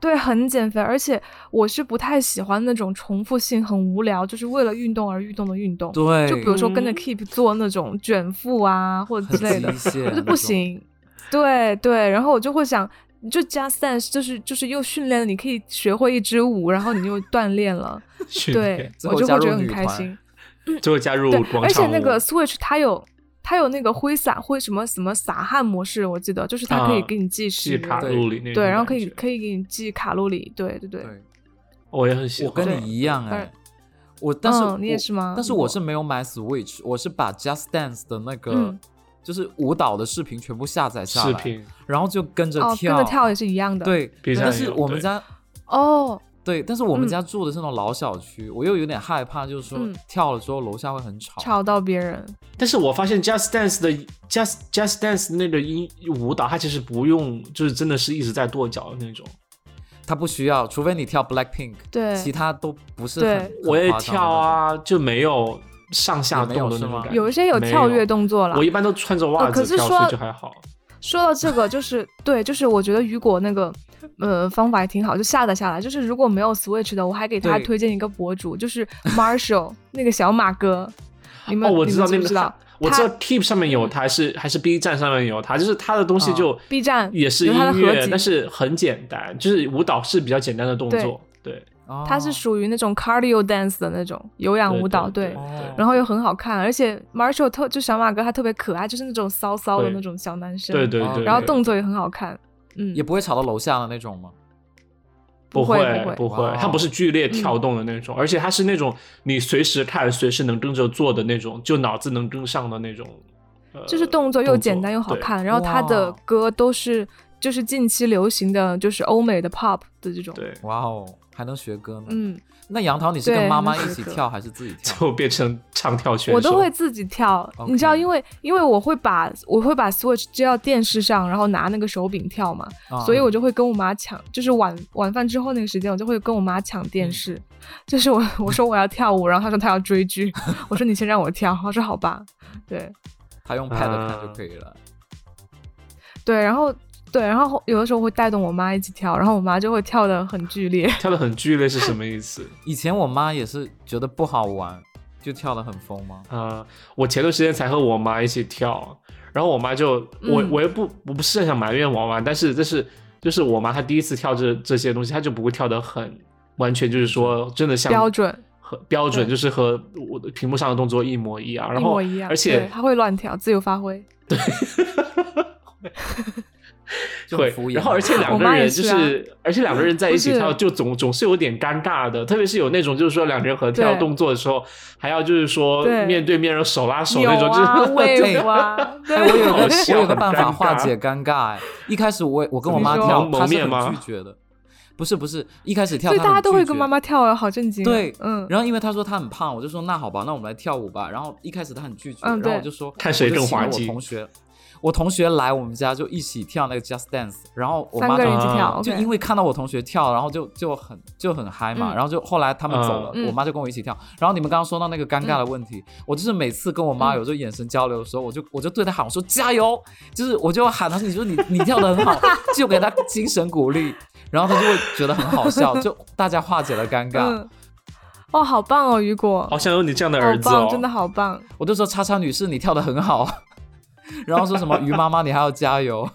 Speaker 3: 对很减肥，而且我是不太喜欢那种重复性很无聊，就是为了运动而运动的运动，
Speaker 2: 对，
Speaker 3: 就比如说跟着
Speaker 1: 嗯
Speaker 3: Keep 做那种卷腹啊或者
Speaker 2: 很
Speaker 3: 之类
Speaker 2: 极
Speaker 3: 的，
Speaker 2: 限
Speaker 3: 我
Speaker 2: 那
Speaker 3: 就
Speaker 2: 种
Speaker 3: 不。行。对对，然后我就会想，就 Just Dance 就是就是又训练了，你可以学会一支舞，然后你又锻炼 了，
Speaker 1: 训
Speaker 3: 对
Speaker 1: 练，
Speaker 2: 最
Speaker 3: 我
Speaker 2: 后
Speaker 3: 就
Speaker 2: 加
Speaker 3: 会觉
Speaker 2: 入
Speaker 3: 得很
Speaker 2: 女
Speaker 3: 开
Speaker 2: 团
Speaker 3: 心。
Speaker 1: 最后加入
Speaker 3: 对，
Speaker 1: 广
Speaker 3: 而且
Speaker 1: 场舞。
Speaker 3: 那个 Switch 它有它有那个挥洒挥什么什么洒汗模式，我记得就是它可以
Speaker 1: 啊
Speaker 3: 给你计
Speaker 1: 记
Speaker 3: 时，
Speaker 1: 卡
Speaker 2: 对
Speaker 1: 路里那种
Speaker 3: 对，然后可以
Speaker 1: 感觉
Speaker 3: 可以给你记卡路里，对对对，
Speaker 2: 对，
Speaker 1: 我也很喜
Speaker 2: 我
Speaker 1: 欢。
Speaker 2: 跟你一样
Speaker 3: 当
Speaker 2: 哎、
Speaker 3: 然
Speaker 2: 我但是、
Speaker 3: 嗯你也是吗
Speaker 2: 但是我是没有买 Switch，我是把 Just Dance 的那个、
Speaker 3: 嗯
Speaker 2: 就是舞蹈的视频全部下载下
Speaker 1: 视
Speaker 2: 来，
Speaker 1: 频，
Speaker 2: 然后就跟着
Speaker 3: 哦，跟
Speaker 2: 跳，
Speaker 3: 着跳也是一样的，，
Speaker 2: 对。
Speaker 1: B 站
Speaker 2: 但
Speaker 1: 也
Speaker 2: 是
Speaker 1: 有
Speaker 2: 我们
Speaker 1: 对
Speaker 2: 家
Speaker 3: 哦，
Speaker 2: 对，但是我们
Speaker 3: 嗯
Speaker 2: 家住的是那种老小区，我又有点害怕，就是说
Speaker 3: 嗯
Speaker 2: 跳了之后楼下会很吵。
Speaker 3: 吵到别人，
Speaker 1: 但是我发现 Just Dance 的 Just Just Dance 那个音舞蹈，它其实不用，就是真的是一直在跺脚的那种。
Speaker 2: 他不需要，除非你跳 Black Pink，
Speaker 3: 对
Speaker 2: 其他都不是
Speaker 3: 对
Speaker 2: 很。很
Speaker 1: 我也
Speaker 2: 夸张的那
Speaker 1: 跳
Speaker 2: 种，
Speaker 1: 啊，就没有上下动的
Speaker 2: 也没有是
Speaker 1: 那
Speaker 2: 吗
Speaker 1: 种感觉。
Speaker 3: 有一些有
Speaker 1: 没
Speaker 3: 跳跃动作了
Speaker 1: 我。一般都穿着袜
Speaker 3: 哦可
Speaker 1: 子
Speaker 3: 是
Speaker 1: 跳，
Speaker 3: 说
Speaker 1: 所以就还好。
Speaker 3: 说到这个，就是对，就是我觉得雨果那个呃方法也挺好，就下载下来。就是如果没有 Switch 的，我还给他
Speaker 2: 对
Speaker 3: 推荐一个博主，就是 Marshall 那个小马哥，你们、
Speaker 1: 哦，我
Speaker 3: 你
Speaker 1: 知
Speaker 3: 们
Speaker 1: 道那
Speaker 3: 知不
Speaker 1: 个
Speaker 3: 知道
Speaker 1: 他，我知道
Speaker 3: 他
Speaker 1: Keep 上面有他，是还是 B 站上面有他，就是他的东西
Speaker 2: 啊
Speaker 1: 就
Speaker 3: 嗯 B 站
Speaker 1: 也是
Speaker 3: 有他的
Speaker 1: 音
Speaker 3: 合
Speaker 1: 乐，
Speaker 3: 集
Speaker 1: 但是很简单，就是舞蹈是比较简单的动作。对，
Speaker 2: 哦
Speaker 3: 它是属于那种 cardio dance 的那种有氧舞蹈，
Speaker 1: 对对
Speaker 2: 哦
Speaker 3: 然后又很好看，而且 Marshall 特就小马哥他特别可爱，就是那种骚骚的
Speaker 1: 对
Speaker 3: 那种小男生，
Speaker 1: 对对
Speaker 2: 哦
Speaker 1: 对，
Speaker 3: 然后
Speaker 1: 对
Speaker 3: 动作也很好看，嗯
Speaker 2: 也，不会吵到楼下的那种吗？
Speaker 1: 不
Speaker 3: 会嗯
Speaker 1: 会不
Speaker 3: 不
Speaker 1: 会
Speaker 2: 哇，哦
Speaker 1: 它不是剧烈跳动的那种，而且它是那种你随时看、随时能跟着做的那种，就脑子能跟上的那种。呃
Speaker 3: 就是动作又简单又好。看，然后他的
Speaker 2: 哇哦
Speaker 3: 歌都是就是近期流行的，就是欧美的 pop 的这种，
Speaker 1: 对， 对
Speaker 2: 哇哦，还能学歌呢。，
Speaker 3: 嗯，
Speaker 2: 那杨桃你是跟
Speaker 3: 对
Speaker 2: 妈妈
Speaker 3: 还能
Speaker 2: 一起
Speaker 3: 学歌
Speaker 2: 跳还是自己跳？
Speaker 1: 就变成唱跳选手。
Speaker 3: 我都会自己跳，你知道，
Speaker 2: OK
Speaker 3: 因为因为我会把我会把 Switch 接到电视上，然后拿那个手柄跳嘛，
Speaker 2: 啊
Speaker 3: 所以我就会跟我妈抢，就是晚晚饭之后那个时间，我就会跟我妈抢电视，就是我我说我要跳舞，然后她说她要追剧， 我说你先让我跳，我说好吧，对
Speaker 2: 他
Speaker 1: 嗯
Speaker 2: 用 pad 看就可以了。
Speaker 3: 对，然后对，然后有的时候会带动我妈一起跳，然后我妈就会跳的很剧烈，
Speaker 1: 跳的很剧烈是什么意思？
Speaker 2: 以前我妈也是觉得不好玩，就跳得很疯 吗？
Speaker 1: 啊、我前段时间才和我妈一起跳，然后我妈就我
Speaker 3: 嗯
Speaker 1: 我也不我不是很想埋怨我妈，但是这是就是我妈她第一次跳这这些东西，她就不会跳得很完全，就是说真的像
Speaker 3: 标准
Speaker 1: 和标准，
Speaker 3: 对
Speaker 1: 就是和我的屏幕上的动作一模一样，然
Speaker 3: 一
Speaker 1: 后
Speaker 3: 模一样，
Speaker 1: 而且
Speaker 3: 对她会乱跳，自由发挥，
Speaker 2: 就很
Speaker 1: 对
Speaker 2: 敷衍，
Speaker 1: 然后而且两
Speaker 3: 我
Speaker 1: 个
Speaker 3: 妈也
Speaker 1: 人就是
Speaker 3: 啊
Speaker 1: 而且两个人在一起
Speaker 3: 不是
Speaker 1: 跳，就总总是有点尴尬的，特别是有那种就是说两个人合跳
Speaker 3: 对
Speaker 1: 动作的时候，还要就是说
Speaker 3: 对
Speaker 1: 面对面然后手拉手
Speaker 3: 扭
Speaker 1: 那种，
Speaker 3: 啊
Speaker 1: 就是
Speaker 3: wave 啊，
Speaker 2: 哎，
Speaker 3: 对
Speaker 2: 我有个
Speaker 1: 好
Speaker 2: 我
Speaker 1: 笑
Speaker 2: 有个
Speaker 1: 很
Speaker 2: 办法
Speaker 1: 尴
Speaker 2: 化
Speaker 1: 尬
Speaker 2: 解尴尬哎。一开始我我跟我妈
Speaker 3: 你说
Speaker 2: 跳，
Speaker 1: 蒙
Speaker 2: 她是
Speaker 1: 面吗
Speaker 2: 很拒绝的。不是不是，一开始跳
Speaker 3: 所以
Speaker 2: 她
Speaker 3: 大家
Speaker 2: 很
Speaker 3: 都
Speaker 2: 拒
Speaker 3: 会跟
Speaker 2: 绝
Speaker 3: 妈妈跳啊，好震惊啊、
Speaker 2: 对，
Speaker 3: 嗯，
Speaker 2: 然后因为她说她很胖，我就说那好吧，那我们来跳舞吧。然后一开始她很拒绝，
Speaker 3: 嗯
Speaker 2: 然后我
Speaker 3: 对
Speaker 2: 就说
Speaker 1: 看谁
Speaker 2: 我就
Speaker 1: 更
Speaker 2: 请
Speaker 1: 滑
Speaker 2: 我
Speaker 1: 稽
Speaker 2: 同学，我同学来我们家就一起跳那个 Just Dance，然后我
Speaker 3: 三
Speaker 2: 妈
Speaker 3: 个
Speaker 2: 就
Speaker 3: 人一起
Speaker 1: 啊
Speaker 3: 跳，
Speaker 2: 就
Speaker 3: OK
Speaker 2: 因为看到我同学跳，然后就就很就很嗨嘛，
Speaker 3: 嗯
Speaker 2: 然后就后来他们走了，
Speaker 3: 嗯
Speaker 2: 我妈就跟我一起跳。然后你们刚刚说到那个尴尬的问题，我就是每次跟我
Speaker 3: 嗯
Speaker 2: 妈有时候眼神交流的时候，我就我就对她喊我说加油，就是我就喊她说你说你你跳的很好， 就给她精神鼓励，然后她就会觉得很好笑，就大家化解了尴尬。
Speaker 3: 嗯，哦，好棒哦，雨果，
Speaker 1: 好想有你这样的
Speaker 3: 好
Speaker 1: 儿子哦，
Speaker 3: 棒，真的好棒，
Speaker 2: 我就说叉叉女士你跳的很好， 然后说什么于妈妈你还要加油，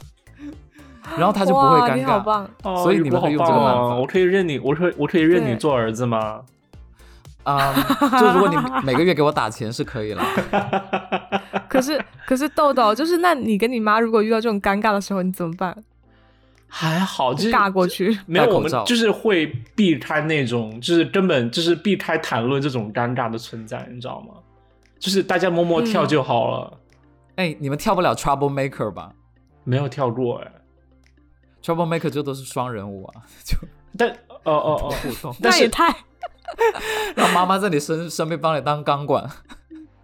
Speaker 2: 然后她就不会
Speaker 3: 哇，
Speaker 2: 尴
Speaker 3: 你好
Speaker 2: 尬
Speaker 3: 棒，
Speaker 1: 哦
Speaker 2: 所以
Speaker 1: 雨
Speaker 2: 你
Speaker 1: 果
Speaker 2: 们可以
Speaker 1: 好
Speaker 2: 用这个
Speaker 1: 棒
Speaker 2: 办
Speaker 1: 哦
Speaker 2: 法
Speaker 1: 我可以认你，我可以我可以认你
Speaker 3: 对
Speaker 1: 做儿子吗？
Speaker 2: 啊、嗯就如果你每个月给我打钱是可以了。
Speaker 3: 可是可是豆豆，就是那你跟你妈如果遇到这种尴尬的时候，你怎么办？
Speaker 1: 还好，就是
Speaker 3: 尬过去，
Speaker 1: 没有
Speaker 2: 戴口
Speaker 1: 我们
Speaker 2: 罩
Speaker 1: 就是会避开那种，就是根本就是避开谈论这种尴尬的存在，你知道吗？就是大家默默跳
Speaker 3: 嗯
Speaker 1: 就好了，
Speaker 2: 哎，你们跳不了 Trouble Maker 吧
Speaker 1: 没有跳过哎，
Speaker 2: ？Trouble Maker 就都是双人舞啊，就
Speaker 1: 但哦哦哦，
Speaker 2: 互动。
Speaker 1: 但
Speaker 3: 那也
Speaker 1: 是
Speaker 3: 太
Speaker 2: 然后妈妈在你身身边帮你当 钢管，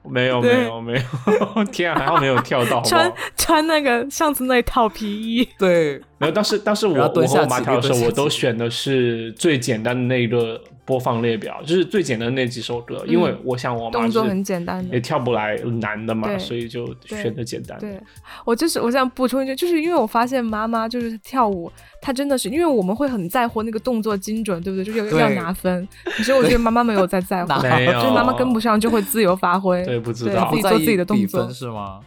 Speaker 1: 没有
Speaker 3: 对
Speaker 1: 没有没有， 天啊，还好没有跳到，好不好
Speaker 3: 穿？穿那个上次那套皮衣，
Speaker 2: 对，
Speaker 1: 没有，当时当时我
Speaker 2: 然后
Speaker 1: 我
Speaker 2: 蹲
Speaker 1: 和
Speaker 2: 下
Speaker 1: 我妈
Speaker 2: 几
Speaker 1: 跳的
Speaker 2: 个
Speaker 1: 时候，
Speaker 2: 蹲
Speaker 1: 我
Speaker 2: 下
Speaker 1: 都
Speaker 2: 几个
Speaker 1: 选的是最简单的那个播放列表，就是最简单的那几首歌，因为
Speaker 3: 嗯
Speaker 1: 我想我妈
Speaker 3: 动作
Speaker 1: 是
Speaker 3: 很简单的
Speaker 1: 也。跳不来难的嘛，
Speaker 3: 对
Speaker 1: 所以就
Speaker 3: 对
Speaker 1: 选的简单的。
Speaker 3: 对我就是我想补充一句，就是因为我发现妈妈就是跳舞，她真的是因为我们会很在乎那个动作精准，对不对？就是要
Speaker 2: 对
Speaker 3: 要拿分。可是我觉得妈妈没有在在乎
Speaker 2: 哪，
Speaker 1: 没有，
Speaker 3: 就是妈妈跟不上就会自由发挥。
Speaker 1: 对，不知
Speaker 3: 对
Speaker 1: 道
Speaker 2: 不。
Speaker 3: 己
Speaker 2: 在
Speaker 3: 做自己
Speaker 2: 意
Speaker 3: 的动
Speaker 2: 比
Speaker 3: 作
Speaker 2: 分是吗？哦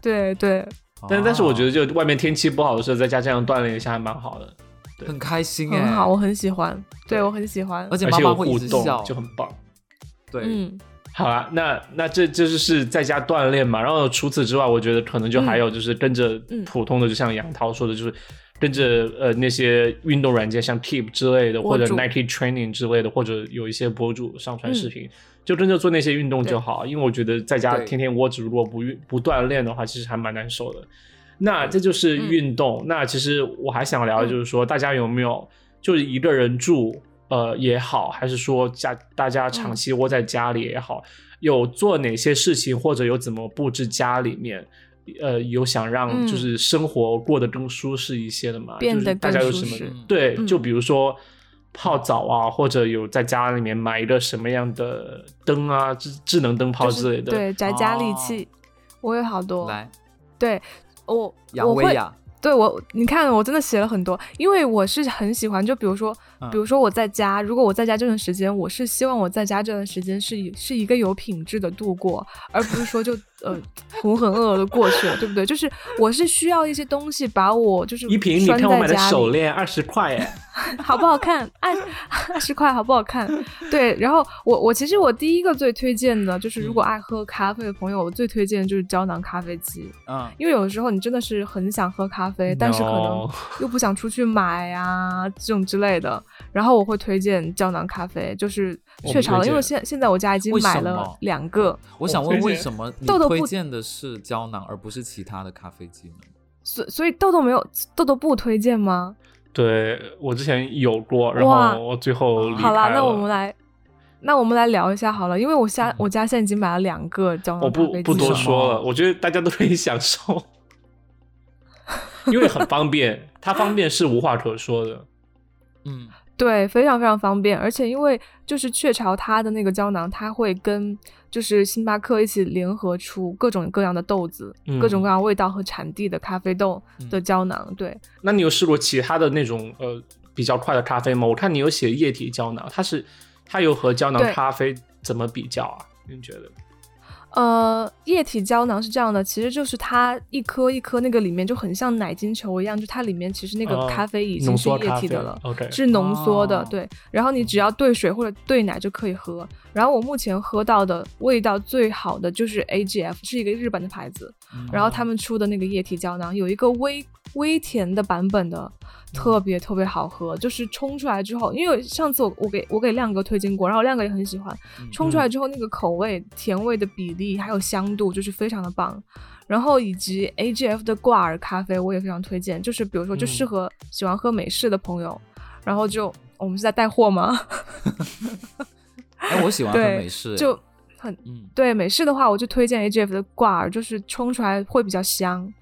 Speaker 3: 对对，
Speaker 1: 但但是我觉
Speaker 2: 得
Speaker 1: 得，就外面天气不好的时候，在家这样锻炼一下还蛮好的，
Speaker 2: 很开心哎，
Speaker 3: 很嗯好，我很喜欢，对我很喜欢
Speaker 2: 而。且
Speaker 1: 而
Speaker 2: 妈
Speaker 1: 且
Speaker 2: 妈
Speaker 1: 有
Speaker 2: 会
Speaker 1: 互
Speaker 2: 一直笑
Speaker 1: 动，就很棒。
Speaker 2: 对，
Speaker 3: 嗯，
Speaker 1: 好啦，那那这这就是在家锻炼嘛。然后除此之外，我觉得可能就还有就是跟着
Speaker 3: 嗯
Speaker 1: 普通的，就像杨涛说的，就是跟着呃那些运动软件，像 Keep 之类的，
Speaker 3: 博
Speaker 1: 或者
Speaker 3: 主
Speaker 1: Nike Training 之类的，或者有一些博主上传
Speaker 3: 嗯
Speaker 1: 视频，就跟着做那些运动就好。因为我觉得在家
Speaker 2: 对
Speaker 1: 天天窝着，如果不运不锻炼的话，其实还蛮难受的。那这就是运动。那其实我还想聊，
Speaker 3: 嗯
Speaker 1: 就是说大家有没有就是一个人住呃也好，还是说家大家长期窝在家里也好，有做哪些事情或者有怎么布置家里面？呃，有想让
Speaker 3: 嗯
Speaker 1: 就是生活过得更舒适一些的吗？
Speaker 3: 变
Speaker 1: 就是
Speaker 3: 得
Speaker 1: 大
Speaker 3: 更
Speaker 1: 家有
Speaker 3: 舒
Speaker 1: 什么
Speaker 3: 适
Speaker 1: 对，
Speaker 3: 嗯
Speaker 1: 就比如说泡澡啊，或者有在家里面买一个什么样的灯啊，智智能灯泡
Speaker 3: 就
Speaker 1: 之类
Speaker 3: 是
Speaker 1: 的。
Speaker 3: 对宅家利
Speaker 2: 哦
Speaker 3: 器，我有好多。
Speaker 2: 来
Speaker 3: 对，我
Speaker 2: 杨
Speaker 3: 我
Speaker 2: 薇
Speaker 3: 会
Speaker 2: 娅，
Speaker 3: 对我，你看我真的写了很多，因为我是很喜欢，就比如说，
Speaker 2: 嗯
Speaker 3: 比如说我在家，如果我在家这段时间，我是希望我在家这段时间是以是一个有品质的度过，而不是说就呃浑浑噩噩的过去了，对不对？就是我是需要一些东西把我就是
Speaker 1: 一平，你
Speaker 3: 拴
Speaker 1: 看我
Speaker 3: 在
Speaker 1: 买的
Speaker 3: 家里
Speaker 1: 手链二十块哎，
Speaker 3: 好不好看？二二十块好不好看？ 对，然后我我其实我第一个最推荐的就是，如果爱喝咖啡的朋友，我最推荐就是胶囊咖啡机，
Speaker 2: 嗯，
Speaker 3: 因为有的时候你真的是很想喝咖啡，但是可能
Speaker 1: No
Speaker 3: 又不想出去买啊这种之类的，然后我会推荐胶囊咖啡，就是
Speaker 1: 我
Speaker 3: 雀
Speaker 1: 不
Speaker 3: 巢的，
Speaker 1: 推
Speaker 3: 因为
Speaker 1: 荐
Speaker 3: 现现在我家已经
Speaker 2: 为
Speaker 3: 买
Speaker 2: 什
Speaker 3: 了
Speaker 2: 么
Speaker 3: 两个，
Speaker 2: 我想
Speaker 1: 我
Speaker 2: 问，
Speaker 1: 哦推
Speaker 2: 为
Speaker 1: 荐
Speaker 2: 什么你
Speaker 3: 豆豆
Speaker 2: 推
Speaker 3: 不
Speaker 2: 荐的是胶囊，而不是其他的咖啡机呢？
Speaker 3: 所所以豆豆没有豆豆不推荐吗？
Speaker 1: 对我之前有过，然
Speaker 3: 哇
Speaker 1: 后我最后离开
Speaker 3: 好啦，那我们
Speaker 1: 了
Speaker 3: 来。那我们来聊一下好了，因为我家、
Speaker 2: 嗯
Speaker 3: 我家现在已经买了两个胶
Speaker 1: 我
Speaker 3: 囊咖
Speaker 1: 哦不
Speaker 3: 啡机
Speaker 1: 不
Speaker 3: 了，
Speaker 1: 多说
Speaker 2: 什
Speaker 1: 了，
Speaker 2: 么
Speaker 1: 我觉得大家都可以享受，因为很方便，它方便是无话可说的。
Speaker 2: 嗯，
Speaker 3: 对，非常非常方便，而且因为就是雀巢它的那个胶囊，它会跟就是星巴克一起联合出各种各样的豆子、
Speaker 1: 嗯
Speaker 3: 各种各样味道和产地的咖啡豆的胶囊。对，
Speaker 1: 那你有试过其他的那种呃比较快的咖啡吗？我看你有写液体胶囊，它是它有和胶囊
Speaker 3: 对
Speaker 1: 咖啡怎么比较啊？你觉得？
Speaker 3: 呃，液体胶囊是这样的，其实就是它一颗一颗那个里面就很像奶精球一样，就它里面其实那个
Speaker 1: 哦
Speaker 3: 咖啡已经
Speaker 1: 浓
Speaker 3: 是
Speaker 1: 缩
Speaker 3: 液
Speaker 1: 咖
Speaker 3: 体
Speaker 1: 啡
Speaker 3: 的了。
Speaker 1: OK，
Speaker 3: 是浓缩的，
Speaker 2: 哦
Speaker 3: 对。然后你只要兑水或者兑奶就可以喝。然后我目前喝到的味道最好的就是 AGF，是一个日本的牌子。
Speaker 2: 嗯
Speaker 3: 然后他们出的那个液体胶囊有一个微微甜的版本的，特别特别好喝，就是冲出来之后，因为上次我我给我给亮哥推荐过，然后亮哥也很喜欢，
Speaker 2: 嗯
Speaker 3: 冲出来之后那个口味、甜味的比例还有香度就是非常的棒。然后以及 AGF 的挂耳咖啡我也非常推荐，就是比如说
Speaker 1: 嗯
Speaker 3: 就适合喜欢喝美式的朋友，然后就我们是在带货吗？
Speaker 2: 哎，我喜欢喝
Speaker 3: 对
Speaker 2: 美 式，
Speaker 3: 就很
Speaker 2: 嗯，
Speaker 3: 对美式的话，我就推荐 AGF 的挂耳，就是冲出来会比较香，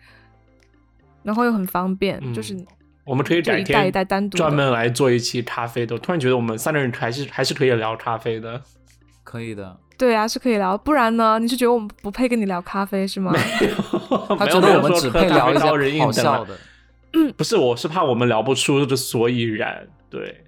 Speaker 3: 然后又很方便，
Speaker 1: 嗯
Speaker 3: 就是
Speaker 1: 我们可以
Speaker 3: 就
Speaker 1: 改
Speaker 3: 一袋一
Speaker 1: 天
Speaker 3: 袋单独的
Speaker 1: 专门来做一期咖啡的。我突然觉得我们三个人还是还是可以聊咖啡的。
Speaker 2: 可以的。
Speaker 3: 对啊，是可以聊。不然呢，你是觉得我们不配跟你聊咖啡是吗？
Speaker 1: 他
Speaker 2: 他觉得我们只配聊一
Speaker 1: 人啊
Speaker 2: 些好
Speaker 1: 硬
Speaker 2: 笑
Speaker 1: 的，
Speaker 2: 的，
Speaker 1: 不是，我是怕我们聊不出这个所以然。对，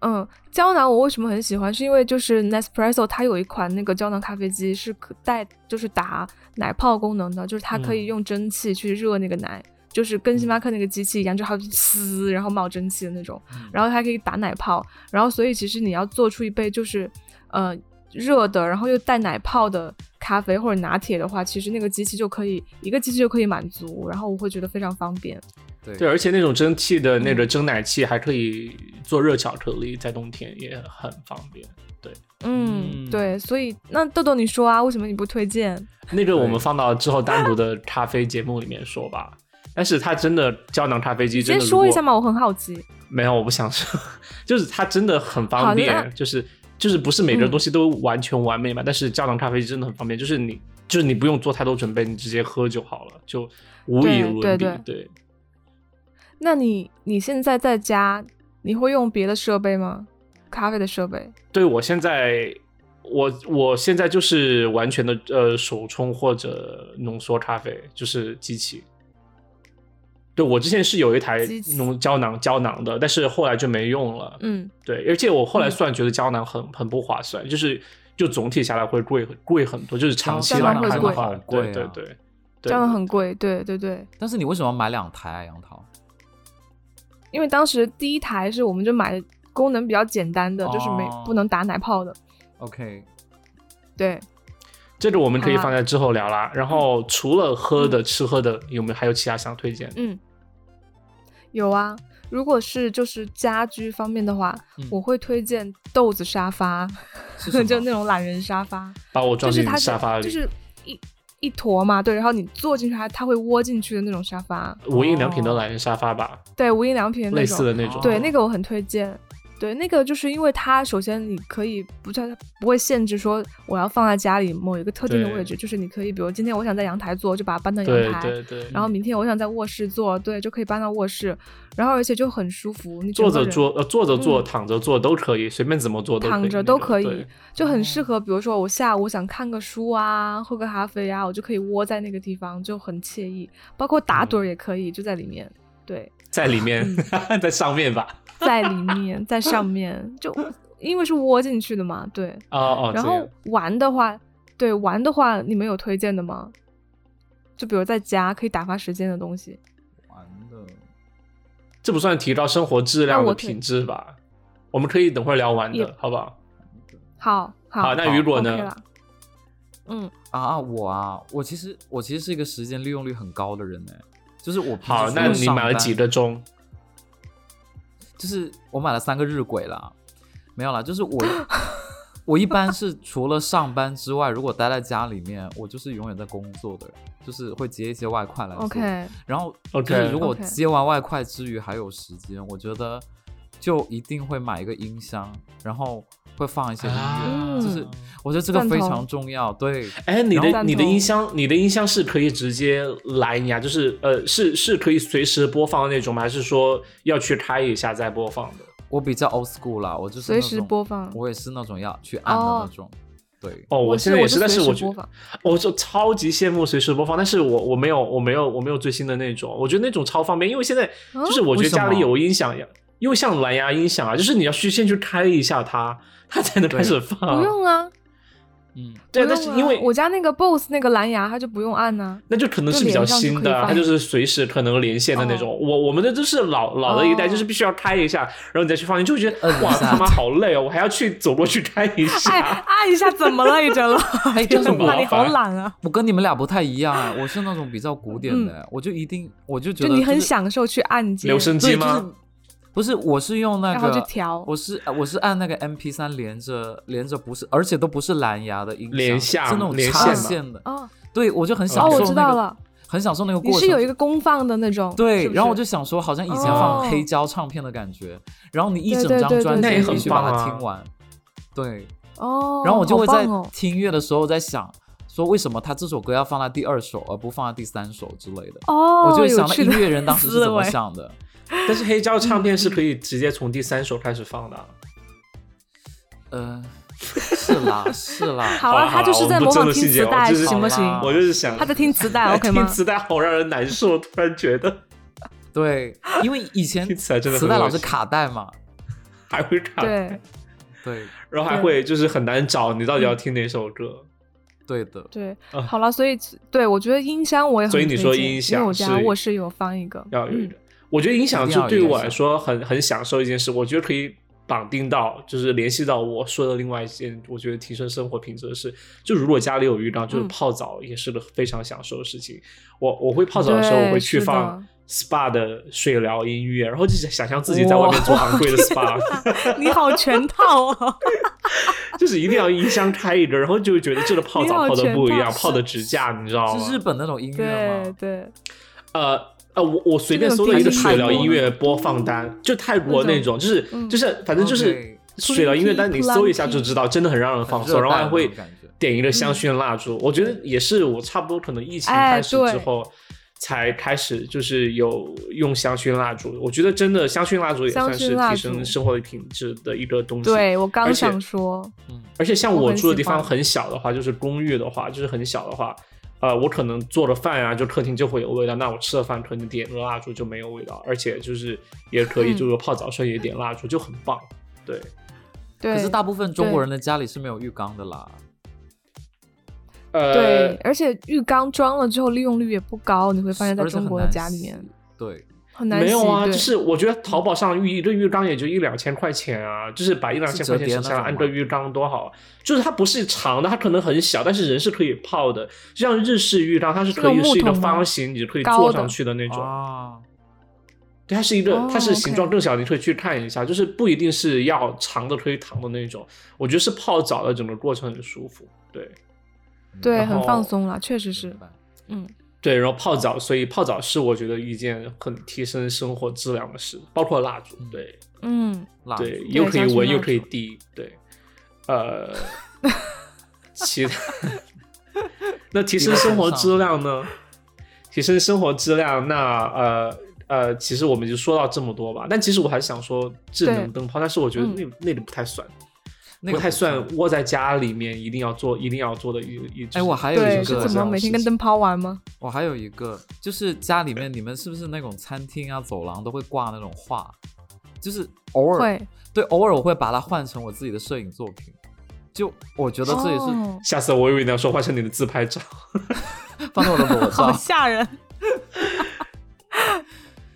Speaker 3: 嗯，胶囊我为什么很喜欢？是因为就是 Nespresso 它有一款那个胶囊咖啡机是可带就是打奶泡功能的，就是它可
Speaker 1: 嗯
Speaker 3: 以用蒸汽去热那个奶，就是跟星巴克那个机器一样，就它呲然后冒蒸汽的那种，
Speaker 2: 嗯
Speaker 3: 然后还可以打奶泡，然后所以其实你要做出一杯就是呃热的，然后又带奶泡的咖啡或者拿铁的话，其实那个机器就可以一个机器就可以满足，然后我会觉得非常方便。
Speaker 2: 对
Speaker 1: 对，而且那种蒸汽的那个蒸奶器还可以做热巧克力，在冬天也很方 便。
Speaker 3: 嗯，
Speaker 2: 嗯
Speaker 3: 对，所以那豆豆你说啊，为什么你不推荐？
Speaker 1: 那个我们放到之后单独的咖啡节目里面说吧。但是它真的胶囊咖啡机真
Speaker 3: 先
Speaker 1: 的，
Speaker 3: 说一下？嘛，我很好奇。
Speaker 1: 没有，我不想说， 就是它真的很方
Speaker 3: 好的嗯
Speaker 1: 便，就是就是不是每个东西都完全完美嘛，但是胶囊咖啡机真的很方便，就是你就是你不用做太多准备，你直接喝就好了，就无
Speaker 3: 对
Speaker 1: 以伦比。
Speaker 3: 对对那你你现在在家，你会用别的设备吗？咖啡的设备？
Speaker 1: 对我现在，我我现在就是完全的呃手冲或者浓缩咖啡，就是机器。对我之前是有一台
Speaker 3: 机器
Speaker 1: 浓胶囊胶囊的，但是后来就没用了。
Speaker 3: 嗯，
Speaker 1: 对，而且我后来
Speaker 3: 嗯
Speaker 1: 算觉得胶囊很、很不划算，就是就总体下来会贵贵很多，就是长期
Speaker 3: 哦胶
Speaker 1: 来
Speaker 3: 囊会
Speaker 1: 看的
Speaker 3: 贵
Speaker 1: 话
Speaker 2: 好，贵
Speaker 1: 对
Speaker 2: 啊
Speaker 1: 对对，
Speaker 3: 这
Speaker 1: 对
Speaker 3: 样很贵。对对对，
Speaker 2: 但是你为什么买两台啊，杨桃？
Speaker 3: 因为当时第一台是我们就买的功能比较简单的，就是没
Speaker 2: 哦
Speaker 3: 不能打奶泡的。
Speaker 2: OK，
Speaker 3: 对，
Speaker 1: 这个我们可以
Speaker 3: 好啊嗯
Speaker 1: 放在之后聊啦。然后除了喝的、吃喝的，有没有还有其他想推荐的？
Speaker 3: 嗯，有啊。如果是就是家居方面的话，
Speaker 2: 嗯
Speaker 3: 我会推荐豆子沙发，
Speaker 2: 是什么
Speaker 3: 就那种懒人沙发。
Speaker 1: 把我
Speaker 3: 嗯就
Speaker 1: 装
Speaker 3: 是
Speaker 1: 进
Speaker 3: 它
Speaker 1: 沙发里，
Speaker 3: 就是一一坨嘛，对，然后你坐进去它它会窝进去的那种沙发，
Speaker 1: 无印良品
Speaker 3: 哦
Speaker 1: 的懒人沙发吧，
Speaker 3: 对，无印良品的那
Speaker 1: 类似
Speaker 3: 种，
Speaker 1: 的那种。
Speaker 3: 对，
Speaker 2: 哦
Speaker 3: 那个我很推荐。对，那个就是因为它首先你可以不太不会限制说我要放在家里某一个特定的
Speaker 1: 对
Speaker 3: 位置，就是你可以比如今天我想在阳台坐，就把它搬到阳
Speaker 1: 对嗯
Speaker 3: 台。
Speaker 1: 对对，
Speaker 3: 然后明天我想在卧室坐，对，就可以搬到卧室，然后而且就很舒服，你整
Speaker 1: 坐
Speaker 3: 个
Speaker 1: 着
Speaker 3: 人
Speaker 1: 坐呃坐着坐、
Speaker 3: 嗯
Speaker 1: 躺着坐都可以，随便怎么坐都可以
Speaker 3: 躺着
Speaker 1: 那
Speaker 3: 都
Speaker 1: 种
Speaker 3: 可以
Speaker 1: 对
Speaker 3: 就很
Speaker 1: 哦
Speaker 3: 适合，比如说我下午想看个书啊，喝个咖啡啊，我就可以窝在那个地方，就很惬意。包括打
Speaker 1: 嗯
Speaker 3: 盹儿也可以，就在里面，对，
Speaker 1: 在 里面
Speaker 3: 嗯
Speaker 1: 在上面吧。
Speaker 3: 在里面，在上面，就因为是窝进去的嘛，对。
Speaker 1: 哦哦，
Speaker 3: 然
Speaker 1: 这
Speaker 3: 后
Speaker 1: 样
Speaker 3: 玩的话，对玩的话，你们有推荐的吗？就比如在家可以打发时间的东西。
Speaker 2: 完了，
Speaker 1: 这不算提高生活质量
Speaker 3: 那
Speaker 1: 的
Speaker 3: 我可以
Speaker 1: 品质吧？我们可以等会儿聊完
Speaker 3: 也
Speaker 1: 的，好不好？
Speaker 3: 好，
Speaker 1: 好，那雨果
Speaker 3: OK
Speaker 1: 呢
Speaker 3: 了？嗯，
Speaker 2: 啊，我啊，我其实我其实是一个时间利用率很高的人哎，就是我平时
Speaker 1: 好，
Speaker 2: 除
Speaker 1: 那
Speaker 2: 了
Speaker 1: 你
Speaker 2: 上
Speaker 1: 买了
Speaker 2: 班
Speaker 1: 几个钟？
Speaker 2: 就是我买了三个日晷啦，没有啦，就是我 我一般是除了上班之外，如果待在家里面，我就是永远在工作的人，就是会接一些外
Speaker 1: 啊
Speaker 2: 快来做。
Speaker 3: OK，
Speaker 2: 然后
Speaker 1: OK
Speaker 2: 就是如果
Speaker 3: OK
Speaker 2: 接完外快之余还有时间，我觉得就一定会买一个音箱，然后会放一些音乐。
Speaker 1: 啊
Speaker 3: 嗯
Speaker 2: 就是我觉得这个
Speaker 3: 赞
Speaker 2: 非
Speaker 3: 同
Speaker 2: 常重要，对，
Speaker 1: 哎，你
Speaker 3: 然后
Speaker 1: 的你的
Speaker 3: 赞同
Speaker 1: 音箱，你的音箱是可以直接来呀，就是呃，是是可以随时播放的那种吗？还是说要去开一下再播放的？
Speaker 2: 我比较 old school 啦，我就是
Speaker 3: 随
Speaker 2: 那
Speaker 3: 时
Speaker 2: 种
Speaker 3: 播放
Speaker 2: 我也是那种要去按的
Speaker 3: 哦
Speaker 2: 那种，对，
Speaker 1: 哦，我现在也是，
Speaker 3: 我
Speaker 1: 但是
Speaker 3: 随
Speaker 1: 我
Speaker 3: 时
Speaker 1: 觉
Speaker 3: 播
Speaker 1: 得
Speaker 3: 放
Speaker 1: 我就超级羡慕随时播放，但是我我没有我没有我没有最新的那种，我觉得那种超方便，因为现在
Speaker 3: 啊
Speaker 1: 就是我觉
Speaker 2: 为
Speaker 1: 得
Speaker 2: 什么
Speaker 1: 家里有音响呀，因为像蓝牙音响啊，就是你要去先去开一下它，它才能开始
Speaker 3: 不
Speaker 1: 放。
Speaker 3: 用啊，
Speaker 2: 嗯，
Speaker 1: 对，
Speaker 3: 不
Speaker 1: 但
Speaker 3: 用
Speaker 1: 是
Speaker 3: 啊
Speaker 1: 因为
Speaker 3: 我家那个 BOSS 那个蓝牙，它就不用按 呢、
Speaker 1: 那就可能是比较新的啊，它
Speaker 3: 就连上就可以放
Speaker 1: 就是随时可能连线的那种。我我们的都是老老的一代，
Speaker 3: 哦
Speaker 1: 就是必须要开一下，然后你再去放，你就会觉得
Speaker 2: 摁一
Speaker 1: 哇
Speaker 2: 下
Speaker 1: 他妈好累哦，我还要去走过去开一
Speaker 3: 哎，
Speaker 1: 下。
Speaker 3: 按一下怎么了，一真了？
Speaker 2: 哎，但是
Speaker 1: 啊 真的
Speaker 3: 哇，
Speaker 1: 吗
Speaker 2: 我
Speaker 3: 你好懒啊！
Speaker 2: 我跟你们俩不太一 样啊，我是那种比较古典的，我就一定我就觉
Speaker 3: 嗯就
Speaker 2: 得
Speaker 3: 你很
Speaker 2: 是
Speaker 3: 享受去按键，
Speaker 1: 留声机
Speaker 2: 对，就
Speaker 1: 吗？
Speaker 2: 是不是，我是用那
Speaker 3: 然后就
Speaker 2: 个，
Speaker 3: 调。
Speaker 2: 我是我是按那个 MP 三连着连着，不是，而且都不是蓝牙的音响，
Speaker 1: 连下
Speaker 2: 是那种
Speaker 1: 连
Speaker 2: 插
Speaker 3: 线嘛
Speaker 2: 线的。
Speaker 3: 哦
Speaker 2: 对，我就很
Speaker 1: 哦
Speaker 2: 享受那
Speaker 3: 哦，
Speaker 2: 个，
Speaker 3: 我知道了，
Speaker 2: 很享受那个过
Speaker 3: 你
Speaker 2: 程。
Speaker 3: 是有一个功放的那种，
Speaker 2: 对，
Speaker 3: 是不是
Speaker 2: 然后我就想说，好像以前
Speaker 1: 哦
Speaker 2: 放黑胶唱片的感觉，然后你一整
Speaker 3: 对对
Speaker 2: 张
Speaker 3: 对
Speaker 2: 专辑
Speaker 3: 对对
Speaker 2: 你
Speaker 3: 对
Speaker 2: 必须把
Speaker 1: 那也
Speaker 2: 它
Speaker 1: 很棒啊
Speaker 2: 听完。对，
Speaker 3: 哦，
Speaker 2: 然后我就会
Speaker 3: 好
Speaker 2: 在
Speaker 3: 棒哦
Speaker 2: 听乐的时候在想，说为什么他这首歌要放在第二首，而不放在第三首之类的。
Speaker 3: 哦，
Speaker 2: 我就会
Speaker 3: 有
Speaker 2: 想到
Speaker 3: 趣
Speaker 2: 音
Speaker 3: 的
Speaker 2: 乐人当时是
Speaker 3: 思
Speaker 2: 怎么
Speaker 3: 维，
Speaker 2: 想的。
Speaker 1: 但是黑胶唱片是
Speaker 3: 嗯
Speaker 1: 可以直接从第三首开始放的啊。
Speaker 2: 呃，是啦，是啦。
Speaker 3: 好
Speaker 1: 好
Speaker 3: 啊，
Speaker 1: 了
Speaker 3: 他就是
Speaker 1: 好了
Speaker 3: 在
Speaker 1: 我们
Speaker 3: 模
Speaker 1: 真
Speaker 3: 仿
Speaker 1: 的
Speaker 3: 听
Speaker 1: 细节
Speaker 3: 磁
Speaker 1: 我
Speaker 3: 带，
Speaker 1: 就是
Speaker 3: 行不
Speaker 2: 好
Speaker 3: 行？
Speaker 2: 啦
Speaker 1: 我就是想
Speaker 3: 他在听磁 带，OK
Speaker 1: 听
Speaker 3: 吗？
Speaker 1: 磁带好让人难受，突然觉得
Speaker 2: 对，因为以前
Speaker 1: 听起来真的
Speaker 2: 磁
Speaker 1: 很
Speaker 2: 带
Speaker 1: 恶
Speaker 2: 老是
Speaker 1: 心
Speaker 2: 卡带嘛，
Speaker 1: 还会卡，
Speaker 3: 对
Speaker 2: 对，
Speaker 1: 然后还会就是很难找你到
Speaker 3: 嗯
Speaker 1: 底要听哪首歌。
Speaker 2: 对的，
Speaker 3: 对
Speaker 2: 嗯
Speaker 1: 啊，
Speaker 3: 好了，所以对我觉得音箱我也很
Speaker 1: 所以你
Speaker 3: 嗯推
Speaker 1: 说
Speaker 3: 荐
Speaker 1: 音
Speaker 3: 因
Speaker 1: 响
Speaker 3: 为我家
Speaker 1: 是
Speaker 3: 卧室有放一个，
Speaker 1: 要有一
Speaker 3: 嗯
Speaker 1: 个。我觉得音响
Speaker 2: 一
Speaker 1: 是
Speaker 2: 定要有
Speaker 1: 对
Speaker 2: 一个
Speaker 1: 我
Speaker 2: 音
Speaker 1: 来
Speaker 2: 响
Speaker 1: 说很很享受一件事，我觉得可以绑定到，就是联系到我说的另外一件，我觉得提升生活品质的事。就如果家里有浴缸，就是
Speaker 3: 嗯
Speaker 1: 泡澡也是个非常享受的事情。我我会泡澡的时候，
Speaker 3: 对
Speaker 1: 我会去
Speaker 3: 是的
Speaker 1: 放 SPA 的水疗音乐，然后就想象自己在外面做昂贵的 SPA，
Speaker 3: 你好全套 哦，
Speaker 1: 就是一定要音箱开一个，然后就会觉得这个泡
Speaker 3: 你
Speaker 1: 澡
Speaker 3: 好
Speaker 1: 泡的
Speaker 3: 全
Speaker 1: 不一
Speaker 3: 套
Speaker 1: 样，泡
Speaker 2: 是
Speaker 1: 的直架，你知道吗？
Speaker 2: 是日本那种音乐
Speaker 3: 对
Speaker 2: 吗？
Speaker 3: 对，
Speaker 1: 呃呃，我我随便搜了一个水疗音乐播放单，就泰国那种，就是
Speaker 3: 嗯
Speaker 1: 就是反正就是水疗音乐单，你搜一下就知道，真的很让人放松，然后还会点一个香薰蜡烛。我觉得也是，我差不多可能疫情开始之后。才开始就是有用香薰蜡烛，我觉得真的香薰蜡烛也算是提升生活品质的一个东西。
Speaker 3: 对我
Speaker 1: 而
Speaker 3: 刚
Speaker 1: 且
Speaker 3: 想说，
Speaker 1: 而且像
Speaker 3: 我
Speaker 1: 我
Speaker 3: 很
Speaker 1: 住的
Speaker 3: 喜
Speaker 1: 地方
Speaker 3: 欢
Speaker 1: 很小的话，就是公寓的话，就是很小的话，呃，我可能做了饭啊，就客厅就会有味道。那我吃了饭，可能点个蜡烛就没有味道，而且就是也可以，
Speaker 3: 嗯
Speaker 1: 就是泡澡的时候也点蜡烛，就很棒。对，
Speaker 3: 对，
Speaker 2: 可是大部分中国人的家里是没有浴缸的啦。
Speaker 1: 呃
Speaker 3: 对，，而且浴缸装了之后利用率也不高，你会发现在
Speaker 2: 而且
Speaker 3: 中
Speaker 2: 很
Speaker 3: 国的
Speaker 2: 难
Speaker 3: 家里
Speaker 2: 洗
Speaker 3: 面
Speaker 2: 对，
Speaker 3: 很难洗。
Speaker 1: 没有啊，
Speaker 3: 对
Speaker 1: 就是我觉得淘宝上浴一个浴缸也就一两千块钱啊，就是把一两千块钱省下来
Speaker 2: 是折叠那种吗
Speaker 1: 安个浴缸多好啊。就是它不是长的，它可能很小，但是人是可以泡的。就像日式浴缸，它是可以
Speaker 3: 是那种
Speaker 1: 是一个
Speaker 3: 木桶吗
Speaker 1: 方形，你可以
Speaker 3: 高
Speaker 1: 坐
Speaker 3: 的
Speaker 1: 上去的那种。
Speaker 2: 啊，
Speaker 1: 对，它是一个，
Speaker 3: 哦
Speaker 1: 它是形状
Speaker 3: OK
Speaker 1: 更小，你可以去看一下，就是不一定是要长的可以躺的那种，我觉得是泡澡的整个过程很舒服。对
Speaker 3: 对，
Speaker 1: 然
Speaker 3: 很放
Speaker 1: 后
Speaker 3: 松了，确实是
Speaker 2: 明，白
Speaker 3: 嗯，
Speaker 1: 对，然后泡澡，所以泡澡是我觉得一件很提升生活质量的事，包括蜡烛，对、
Speaker 3: 嗯，
Speaker 2: 蜡烛
Speaker 1: 对，又可以
Speaker 3: 香薰
Speaker 1: 闻又
Speaker 3: 蜡
Speaker 1: 可以
Speaker 3: 烛
Speaker 1: 滴，对，呃，其他那提升生活质量呢？提升生活质量，那呃呃，其实我们就说到这么多吧。但其实我还是想说智能
Speaker 3: 对
Speaker 1: 灯泡，但是我觉得
Speaker 3: 嗯
Speaker 1: 那、那里不太算。
Speaker 2: 那
Speaker 1: 不
Speaker 2: 个
Speaker 1: 太
Speaker 2: 不
Speaker 1: 算窝在家里面一定要做一定要做的一一。
Speaker 2: 哎，我还有
Speaker 3: 对，
Speaker 2: 一
Speaker 3: 是
Speaker 1: 个
Speaker 3: 怎么
Speaker 1: 这
Speaker 2: 个，
Speaker 1: 样
Speaker 3: 每天
Speaker 1: 事
Speaker 3: 跟
Speaker 1: 情
Speaker 3: 灯泡玩吗？
Speaker 2: 我还有一个，就是家里面你们是不是那种餐厅啊、走廊都会挂那种画？就是偶尔
Speaker 3: 会，
Speaker 2: 对，偶尔我会把它换成我自己的摄影作品。就我觉得这也是
Speaker 3: 哦
Speaker 1: 下次我以为你要说换成你的自拍照，
Speaker 2: 放在我的 裸
Speaker 4: 好
Speaker 2: 照。
Speaker 4: 吓人。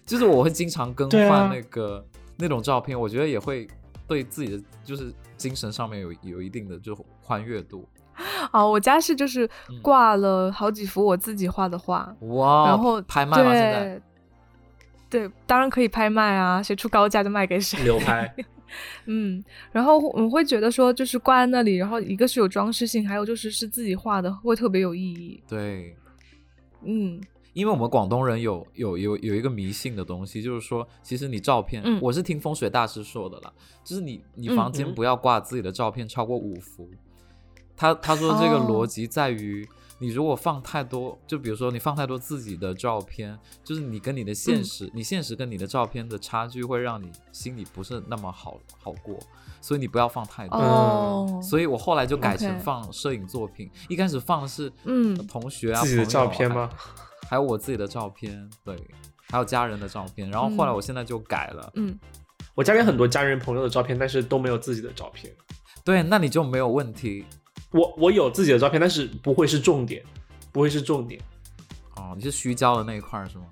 Speaker 2: 就是我会经常更
Speaker 1: 对啊
Speaker 2: 换那个、那种照片，我觉得也会对自己的就是精神上面有有一定的就宽悦度。
Speaker 3: 啊，我家是就是
Speaker 2: 嗯
Speaker 3: 挂了好几幅我自己画的画，
Speaker 2: 哇，
Speaker 3: 然后
Speaker 2: 拍卖吗？现在
Speaker 3: 对对，当然可以拍卖啊，谁出高价就卖给谁。
Speaker 1: 流拍，
Speaker 3: 嗯，然后我会觉得说，就是挂在那里，然后一个是有装饰性，还有就是是自己画的，会特别有意义。
Speaker 2: 对，
Speaker 3: 嗯，
Speaker 2: 因为我们广东人有有有有一个迷信的东西，就是说，其实你照片，
Speaker 3: 嗯
Speaker 2: 我是听风水大师说的啦，就是你你
Speaker 3: 嗯
Speaker 2: 房间
Speaker 1: 嗯
Speaker 2: 不要挂自己的照片超过五幅。他他说这个
Speaker 3: 哦
Speaker 2: 逻辑在于，你如果放太多，就比如说你放太多自己的照片，就是你跟你的现
Speaker 3: 嗯
Speaker 2: 实，你现实跟你的照片的差距会让你心里不是那么好好过，所以你不要放太多。
Speaker 3: 哦，
Speaker 2: 嗯所以我后来就改成
Speaker 3: OK
Speaker 2: 放摄影作品一开始放的是
Speaker 3: 嗯
Speaker 2: 同学啊
Speaker 1: 自己的
Speaker 2: 朋友
Speaker 1: 照
Speaker 2: 啊
Speaker 1: 片吗
Speaker 2: 还有我自己的照片，对，还有家人的照片。然后后来我现在就改了，
Speaker 3: 嗯，
Speaker 1: 我家里很多家人朋友的照片，但是都没有自己的照片。
Speaker 2: 对，那你就没有问题
Speaker 1: 我我有自己的照片，但是不会是重点，不会是重点，
Speaker 2: 哦。你是虚焦的那一块儿是吗？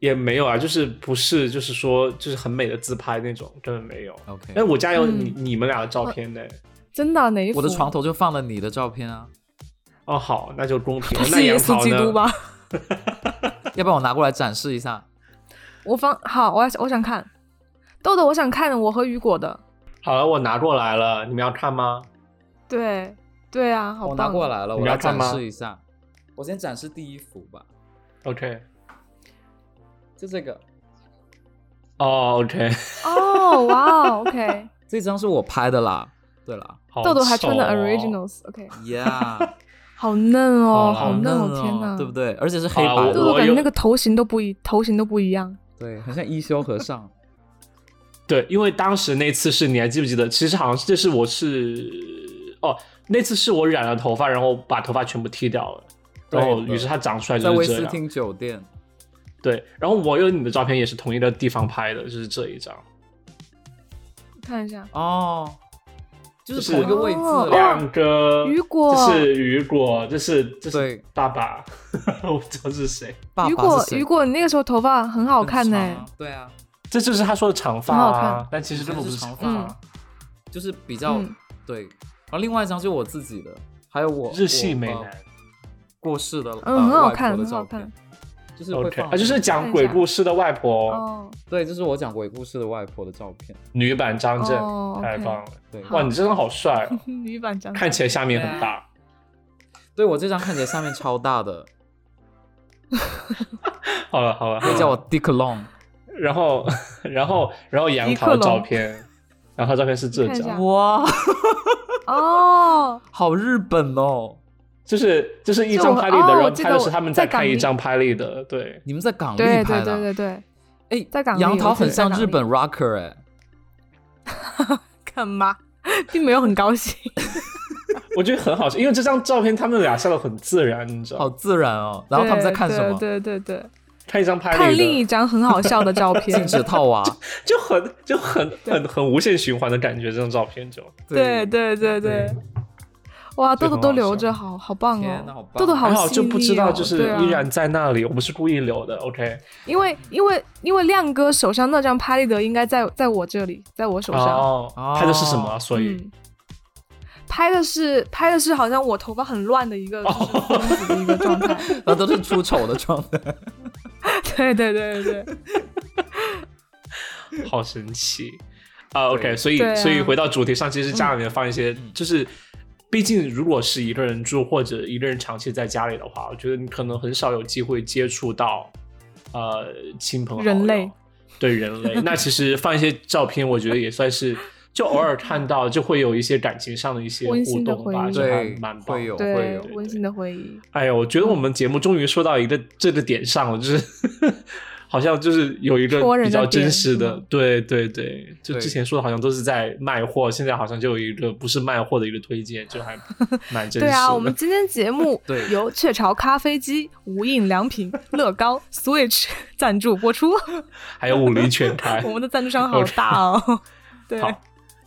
Speaker 1: 也没有啊，就是不是就是说就是很美的自拍那种，根本没有。
Speaker 2: OK
Speaker 1: 哎，我家有
Speaker 3: 嗯
Speaker 1: 你、你们俩的照片呢。
Speaker 3: 真的啊哪一幅？
Speaker 2: 我的床头就放了你的照 片啊，
Speaker 1: 哦，好，那就公平
Speaker 3: 不。
Speaker 1: 那
Speaker 3: 是耶
Speaker 1: 杨
Speaker 3: 稣
Speaker 1: 桃
Speaker 3: 基督
Speaker 1: 呢？
Speaker 3: 吧？
Speaker 2: 要不然我拿过来展示一下。
Speaker 3: 我放好，我要我想看豆豆，我想看我和雨果的。
Speaker 1: 好了，我拿过来了，你们要看吗？
Speaker 3: 对对啊，好
Speaker 2: 哦我
Speaker 3: 棒！
Speaker 2: 拿过。来了，
Speaker 1: 你
Speaker 2: 我
Speaker 1: 要
Speaker 2: 来
Speaker 1: 看
Speaker 2: 展
Speaker 1: 吗
Speaker 2: 示一下。我先展示第一幅吧，
Speaker 1: OK，
Speaker 2: 就这个，
Speaker 1: 哦，OK，
Speaker 3: 哦，哇哦，OK，
Speaker 2: 这张是我拍的啦。对啦
Speaker 1: 好
Speaker 3: 豆豆还
Speaker 1: 丑
Speaker 3: 穿的
Speaker 1: 哦
Speaker 3: originals，OK，、
Speaker 2: ，Yeah，
Speaker 3: 好嫩哦，
Speaker 2: 好
Speaker 3: 嫩
Speaker 2: 哦，
Speaker 3: 天哪，
Speaker 2: 对不？对？而且是黑白
Speaker 1: 好啊
Speaker 2: 的，
Speaker 3: 豆豆
Speaker 1: 我
Speaker 3: 感觉
Speaker 1: 有
Speaker 3: 那个头型都不一，头型都不一样。
Speaker 2: 对，很像一休和尚。
Speaker 1: 对，因为当时那次是你还记不记得？其实好像是这是我是哦，那次是我染了头发，然后把头发全部剃掉了，
Speaker 2: 对
Speaker 1: 然后
Speaker 2: 对
Speaker 1: 于是它长出来
Speaker 2: 在
Speaker 1: 就
Speaker 2: 威
Speaker 1: 是这
Speaker 2: 斯
Speaker 1: 样。
Speaker 2: 汀酒店。
Speaker 1: 对，然后我有你的照片也是同一个地方拍的，就是这一张，
Speaker 3: 看一下，
Speaker 2: 哦，就
Speaker 1: 就是
Speaker 2: 是同一个位置
Speaker 3: 哦
Speaker 2: 啦。
Speaker 1: 两
Speaker 2: 呃
Speaker 1: 个
Speaker 3: 雨果
Speaker 1: 这是雨果，这是这是
Speaker 2: 对
Speaker 1: 爸爸， 我不知道是谁，
Speaker 2: 爸
Speaker 3: 雨
Speaker 2: 爸
Speaker 3: 果
Speaker 2: 是，谁
Speaker 3: 雨果，你那个时候头发很好看呢、
Speaker 2: 很长啊对啊，
Speaker 1: 这就是他说的长发
Speaker 3: 很好
Speaker 1: 啊
Speaker 3: 看，
Speaker 1: 但其实根本不是
Speaker 2: 长
Speaker 1: 长
Speaker 2: 发
Speaker 1: 发，啊
Speaker 3: 嗯
Speaker 2: 就是比较、
Speaker 3: 嗯
Speaker 2: 对。然后另外一张就是我自己的，还有我
Speaker 1: 日系美
Speaker 2: 我
Speaker 1: 男
Speaker 2: 呃。过世的，呃
Speaker 3: 嗯，很好看，
Speaker 2: 外婆
Speaker 3: 很
Speaker 2: 的照
Speaker 3: 好
Speaker 2: 片
Speaker 3: 看。
Speaker 2: 就是会
Speaker 1: OK，
Speaker 2: 放
Speaker 1: 啊，就是
Speaker 3: 看
Speaker 1: 讲
Speaker 3: 一
Speaker 1: 鬼
Speaker 3: 下
Speaker 1: 故事的外婆，
Speaker 3: 哦，
Speaker 2: 对，这是我讲鬼故事的外婆的照片。
Speaker 1: 女版张震
Speaker 3: 哦，
Speaker 1: 太
Speaker 3: OK
Speaker 1: 棒了！
Speaker 2: 对，
Speaker 3: 好
Speaker 1: 哇，你真的好帅哦！
Speaker 3: 女版长
Speaker 1: 看起来下面很大。
Speaker 2: 对我这张看起来下面超大的，
Speaker 1: 好了好了，
Speaker 2: 可以叫
Speaker 3: 嗯
Speaker 2: 我 Dick Long。
Speaker 1: 然后 然后然后杨桃的照片，杨桃照片是这
Speaker 3: 看一下
Speaker 1: 张，
Speaker 2: 哇，
Speaker 3: 哦，
Speaker 2: 好日本哦！
Speaker 1: 就是就是一
Speaker 3: 这
Speaker 1: 张
Speaker 3: 我
Speaker 1: 拍立得，
Speaker 3: 哦
Speaker 1: 然
Speaker 3: 我
Speaker 1: 后
Speaker 3: 记
Speaker 1: 拍
Speaker 3: 得
Speaker 1: 的
Speaker 3: 我
Speaker 1: 是他们
Speaker 3: 在
Speaker 1: 在
Speaker 3: 港
Speaker 1: 拍一
Speaker 3: 丽
Speaker 1: 张拍立得，对，
Speaker 2: 你们在港丽
Speaker 3: 对
Speaker 2: 拍的
Speaker 3: 对
Speaker 2: 啊？
Speaker 3: 对对对，
Speaker 2: 哎，
Speaker 3: 在港丽
Speaker 2: 杨桃很像
Speaker 3: 我记
Speaker 2: 日
Speaker 3: 得在
Speaker 2: 本 rocker 哎、
Speaker 3: 干嘛？并没有很高兴。
Speaker 1: 我觉得很好笑，因为这张照片他们俩笑的很自然，你知道
Speaker 2: 好
Speaker 1: 吗？
Speaker 2: 自然哦。 然后他们在看什么？
Speaker 3: 对对对对，
Speaker 1: 看一张拍
Speaker 3: 看
Speaker 1: 立
Speaker 3: 另一
Speaker 1: 得，
Speaker 3: 张很好笑的照片
Speaker 2: 禁。止套娃。
Speaker 1: 就很就很很很无限循环的感觉，这张照片就
Speaker 3: 对对对对，哇，
Speaker 1: 对
Speaker 3: 豆
Speaker 1: 很好
Speaker 3: 豆都留
Speaker 1: 笑
Speaker 3: 着，好好棒
Speaker 2: 天哪好
Speaker 3: 哦
Speaker 2: 棒！
Speaker 3: 豆豆
Speaker 1: 还好
Speaker 3: 细
Speaker 1: 就
Speaker 3: 腻哦，
Speaker 1: 不知道就是
Speaker 3: 对啊
Speaker 1: 依然在那里，我不是故意留的，OK？
Speaker 3: 因为因为因为亮哥手上那张拍立得应该在在我这里，在我手上。
Speaker 1: 哦，拍的是什么啊？所以
Speaker 3: 嗯，拍的是拍的是好像我头发很乱的一个
Speaker 1: 哦
Speaker 3: 就是疯子的一个状 态。
Speaker 2: 然后都是出丑的状态。
Speaker 3: 对对对对对，
Speaker 1: 好神奇啊！OK，
Speaker 2: 对嗯
Speaker 1: 所以、
Speaker 3: 对啊
Speaker 1: 所以回到主题上，其实家里面放一些，就是毕竟如果是一个人住或者一个人长期在家里的话，我觉得你可能很少有机会接触到呃亲朋好友
Speaker 3: 人类，
Speaker 1: 对人 类。那其实放一些照片，我觉得也算是。就偶尔看到，就会有一些感情上的一些互
Speaker 3: 温馨的
Speaker 1: 动吧，
Speaker 3: 回忆
Speaker 1: 就还
Speaker 2: 对
Speaker 1: 蛮棒
Speaker 2: 会有
Speaker 1: 的
Speaker 2: 对
Speaker 1: 对对
Speaker 3: 温馨的回忆。
Speaker 1: 哎呦，我觉得我们节目终于说到一个这个点上了，就是 好像就是有一个
Speaker 3: 戳人
Speaker 1: 比
Speaker 3: 的
Speaker 1: 较真
Speaker 3: 点嗯
Speaker 1: 实
Speaker 3: 是
Speaker 1: 的
Speaker 3: 吗，
Speaker 1: 对对对，就
Speaker 2: 对
Speaker 1: 之前说的好像都是在卖货，现在好像就有一个不是卖货的一个推荐，就还蛮真实的。
Speaker 3: 对啊，我们今天 节目
Speaker 2: 对
Speaker 3: 由雀巢咖啡机、无印良品、乐高、Switch 赞助播出。
Speaker 1: 还有武林全开
Speaker 3: 我，们的赞助商好大哦。 对，
Speaker 1: 好，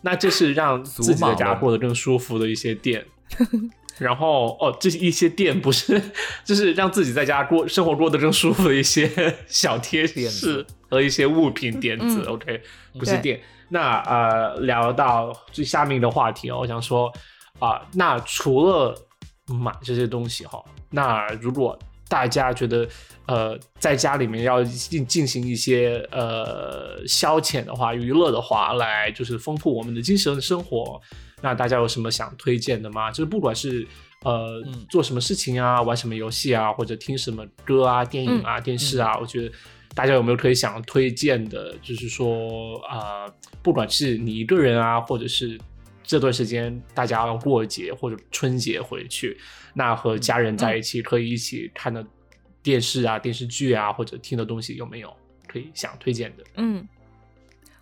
Speaker 1: 那这是让自己的家过得更舒服的一些店。 然后哦，这一些店不是， 就是让自己在家过生活过得更舒服的一些小贴
Speaker 2: 点
Speaker 1: 士
Speaker 2: 子
Speaker 1: 和一些物品点子。
Speaker 3: 嗯
Speaker 1: OK，不是
Speaker 3: 对
Speaker 1: 店。那呃，聊到最下面的话题哦，我想说啊、那除了买这些东西哈、那如果大家觉得呃在家里面要进进行一些呃消遣的话、娱乐的话，来就是丰富我们的精神生活，那大家有什么想推荐的吗？就是不管是呃、
Speaker 2: 嗯
Speaker 1: 做什么事情啊、玩什么游戏啊，或者听什么歌啊、电影啊、电视啊，
Speaker 3: 嗯
Speaker 1: 我觉得大家有没有可以想推荐的？就是说啊、呃不管是你一个人啊，或者是这段时间大家要过节或者春节回去，那和家人在一起可以一起看的电视啊、电视剧啊，或者听的东西有没有可以想推荐的？
Speaker 3: 嗯，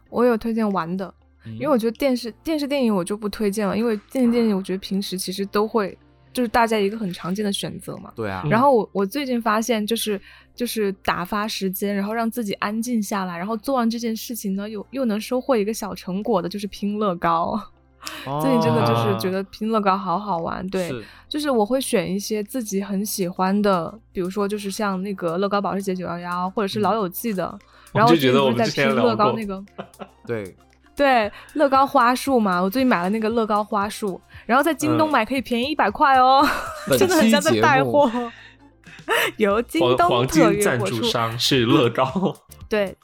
Speaker 3: 我有推荐玩的，
Speaker 2: 因
Speaker 3: 因为我觉得电视电视电影我就不推荐了，因为电视电影我觉得平时其实都会就是大家一个很常见的选择嘛。
Speaker 2: 对啊，
Speaker 1: 嗯
Speaker 3: 然后我我最近发现就是就是打发时间，然后让自己安静下来，然后做完这件事情呢，又又能收获一个小成果的，就是拼乐高。最近真的就是觉
Speaker 2: 哦
Speaker 3: 得拼乐高好好玩，对，
Speaker 2: 是
Speaker 3: 就是我会选一些自己很喜欢的，比如说就是像那个乐高保时捷九幺幺，或者是老友记的。然后
Speaker 1: 嗯我
Speaker 3: 我
Speaker 1: 就觉得我
Speaker 3: 最近不
Speaker 1: 们
Speaker 3: 是
Speaker 1: 之
Speaker 3: 在
Speaker 1: 前
Speaker 3: 拼
Speaker 1: 聊
Speaker 3: 乐高
Speaker 1: 过
Speaker 3: 那个，
Speaker 2: 对，
Speaker 3: 对，乐高花束嘛，我最近买了那个乐高花束，然后在京东
Speaker 1: 嗯
Speaker 3: 买可以便宜一百块哦，
Speaker 2: 本
Speaker 3: 真的很
Speaker 2: 期
Speaker 3: 像在
Speaker 2: 节
Speaker 3: 带
Speaker 2: 目
Speaker 3: 货。 由京
Speaker 1: 黄
Speaker 3: 东
Speaker 1: 黄
Speaker 3: 特
Speaker 1: 金
Speaker 3: 约
Speaker 1: 赞
Speaker 3: 播
Speaker 1: 助
Speaker 3: 出，
Speaker 1: 商是乐高，
Speaker 3: 对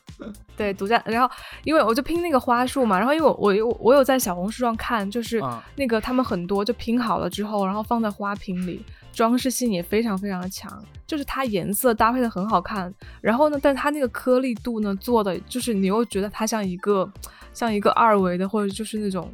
Speaker 3: 对，独占。然后因为我就拼那个花束嘛，然后因为我我有我有在小红书上看，就是
Speaker 2: 嗯
Speaker 3: 那个他们很多就拼好了之后，然后放在花瓶里，装饰性也非常非常的强，就是它颜色搭配的很好看。然后呢，但它那个颗粒度呢做的，就是你又觉得它像一个像一个二维的，或者就是那种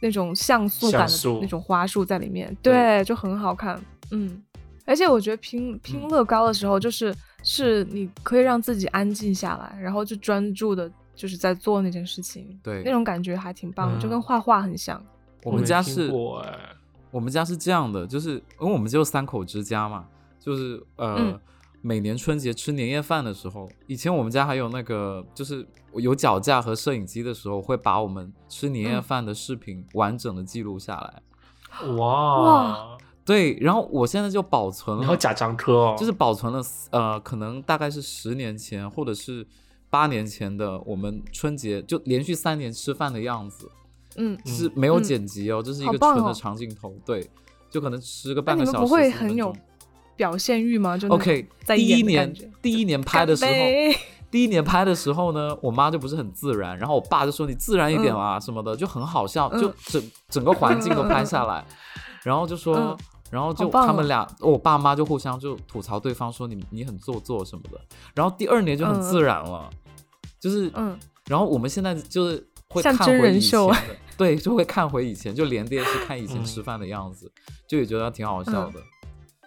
Speaker 3: 那种像素
Speaker 1: 像
Speaker 3: 感的
Speaker 1: 素
Speaker 3: 那种花束在里面，
Speaker 2: 对
Speaker 3: 对，就很好看，嗯。而且我觉得拼
Speaker 2: 嗯
Speaker 3: 拼乐高的时候，就是、是你可以让自己安静下来，然后就专注的，就是在做那件事情，
Speaker 2: 对
Speaker 3: 那种感觉还挺棒
Speaker 1: 嗯
Speaker 3: 的，就跟画画很像。
Speaker 2: 我们家
Speaker 1: 没听
Speaker 2: 是
Speaker 1: 过哎
Speaker 2: 我们家是这样的，就是因为我们就三口之家嘛，就是呃，
Speaker 3: 嗯
Speaker 2: 每年春节吃年夜饭的时候，以前我们家还有那个，就是有脚架和摄影机的时候，会把我们吃年夜
Speaker 3: 嗯
Speaker 2: 饭的视频完整的记录下来。
Speaker 1: 哇，
Speaker 2: 对，然后我现在就保存
Speaker 1: 然后
Speaker 2: 了，
Speaker 1: 贾樟柯哦，
Speaker 2: 就是保存了呃，可能大概是十年前或者是八年前的我们春节就连续三年吃饭的样子。
Speaker 3: 嗯，
Speaker 1: 嗯
Speaker 2: 是没有
Speaker 3: 嗯
Speaker 2: 剪辑哦，这是一
Speaker 3: 好
Speaker 2: 个
Speaker 3: 棒
Speaker 2: 纯的
Speaker 3: 哦
Speaker 2: 长镜头，对，就可能吃个
Speaker 3: 那
Speaker 2: 半
Speaker 3: 你
Speaker 2: 个小
Speaker 3: 们
Speaker 2: 时。
Speaker 3: 不会
Speaker 2: 40分
Speaker 3: 很有
Speaker 2: 钟
Speaker 3: 表现欲吗？就那种
Speaker 2: OK，
Speaker 3: 在
Speaker 2: 第一
Speaker 3: 演的感
Speaker 2: 年
Speaker 3: 觉
Speaker 2: 第一年拍的时候
Speaker 3: 干，杯
Speaker 2: 第一年拍的时候呢，我妈就不是很自然，然后我爸就说你自然一点啊什么的，就很好笑，
Speaker 3: 嗯
Speaker 2: 就整整个环境都拍下来，然后就说，
Speaker 3: 嗯
Speaker 2: 然后就
Speaker 3: 好棒哦
Speaker 2: 他们俩，我爸妈就互相就吐槽对方说你你很做作什么的，然后第二年就很
Speaker 3: 嗯
Speaker 2: 自然了，就是
Speaker 3: 嗯，
Speaker 2: 然后我们现在就是会
Speaker 3: 像
Speaker 2: 看
Speaker 3: 真
Speaker 2: 回
Speaker 3: 人
Speaker 2: 以
Speaker 3: 秀啊
Speaker 2: 前的， 对，就会看回以前，就连电视看以前
Speaker 1: 嗯
Speaker 2: 吃饭的样子，就也觉得挺好笑的。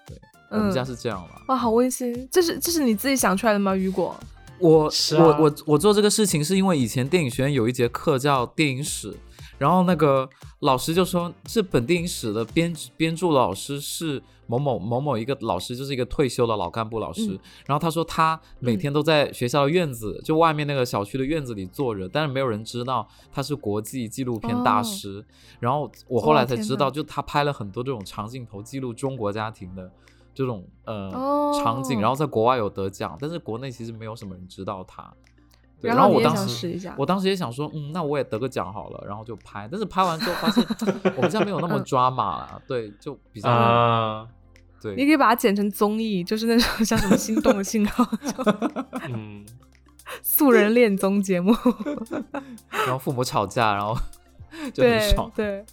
Speaker 2: 对，我
Speaker 3: 嗯
Speaker 2: 们家是这样啦。
Speaker 3: 哇，好温馨！这是这是你自己想出来的吗？雨果，
Speaker 2: 我、
Speaker 1: 是啊
Speaker 2: 我我我做这个事情是因为以前电影学院有一节课叫电影史，然后那个老师就说这本电影史的编编著老师是某某某某一个老师，就是一个退休的老干部老师。
Speaker 3: 嗯
Speaker 2: 然后他说他每天都在学校的院子，就外面那个小区的院子里坐着，但是没有人知道他是国际纪录片大
Speaker 3: 哦
Speaker 2: 师。然后我后来
Speaker 3: 哇
Speaker 2: 才
Speaker 3: 天
Speaker 2: 知道，
Speaker 3: 哪
Speaker 2: 就他拍了很多这种长镜头记录中国家庭的这种呃、
Speaker 3: 哦
Speaker 2: 场景，然后在国外有得奖，但是国内其实没有什么人知道他。对，
Speaker 3: 然
Speaker 2: 然后
Speaker 3: 后
Speaker 2: 我
Speaker 3: 你也
Speaker 2: 当
Speaker 3: 想啊
Speaker 2: 时
Speaker 3: 试一下
Speaker 2: 我当时也想说，嗯，那我也得个奖好了，然后就拍，但是拍完之后发现我们家没有那么
Speaker 3: 嗯
Speaker 2: 抓马啦，对，就比较、
Speaker 1: 啊，
Speaker 3: 你
Speaker 2: 对
Speaker 3: 可以把它剪成综艺，就是那种 像什么心动的信号， 就
Speaker 1: 嗯，
Speaker 3: 素人恋综节目，
Speaker 2: 然后父母吵架，然后 就很
Speaker 3: 对
Speaker 2: 爽，
Speaker 3: 对，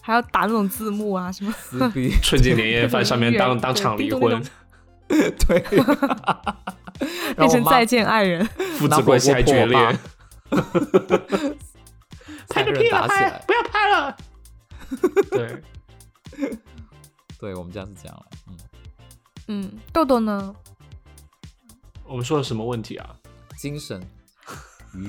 Speaker 3: 还要打那种字幕啊什么。
Speaker 2: 撕 逼，
Speaker 1: 春节年夜饭上面当
Speaker 3: 对
Speaker 1: 当场离
Speaker 3: 叮咚
Speaker 1: 婚
Speaker 3: 叮，
Speaker 2: 对，然
Speaker 3: 变
Speaker 2: 后我
Speaker 3: 成
Speaker 2: 妈
Speaker 3: 再见爱 人，
Speaker 1: 父子关系还决 裂，
Speaker 2: 三个人打起来，
Speaker 1: 不要啊拍了。 对，
Speaker 2: 对我们家是这样了，嗯，
Speaker 3: 嗯，豆豆呢？
Speaker 1: 我们说了什么问题啊？
Speaker 2: 精神 愉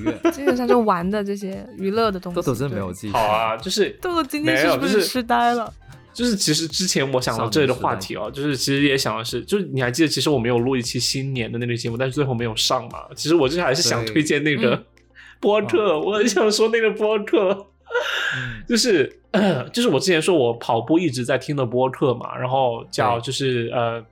Speaker 2: 悦，
Speaker 3: 基本上就玩的这些娱乐的东西。
Speaker 2: 豆豆真的没有
Speaker 3: 对
Speaker 2: 记 性
Speaker 1: 好，啊， 就是
Speaker 3: 豆豆今天
Speaker 1: 没有
Speaker 3: 是不
Speaker 1: 就是是
Speaker 3: 痴呆 了？
Speaker 1: 就是，其实之前我想到这个话题哦，就是其实也想的是，就是你还记得，其实我们有录一期新年的那个节目，但是最后没有上嘛。其实我这还是想
Speaker 2: 对
Speaker 1: 推荐那个
Speaker 3: 嗯
Speaker 1: 播客，我很想说那个播客，就是、 就是我之前说我跑步一直在听的播客嘛，然后叫就是呃。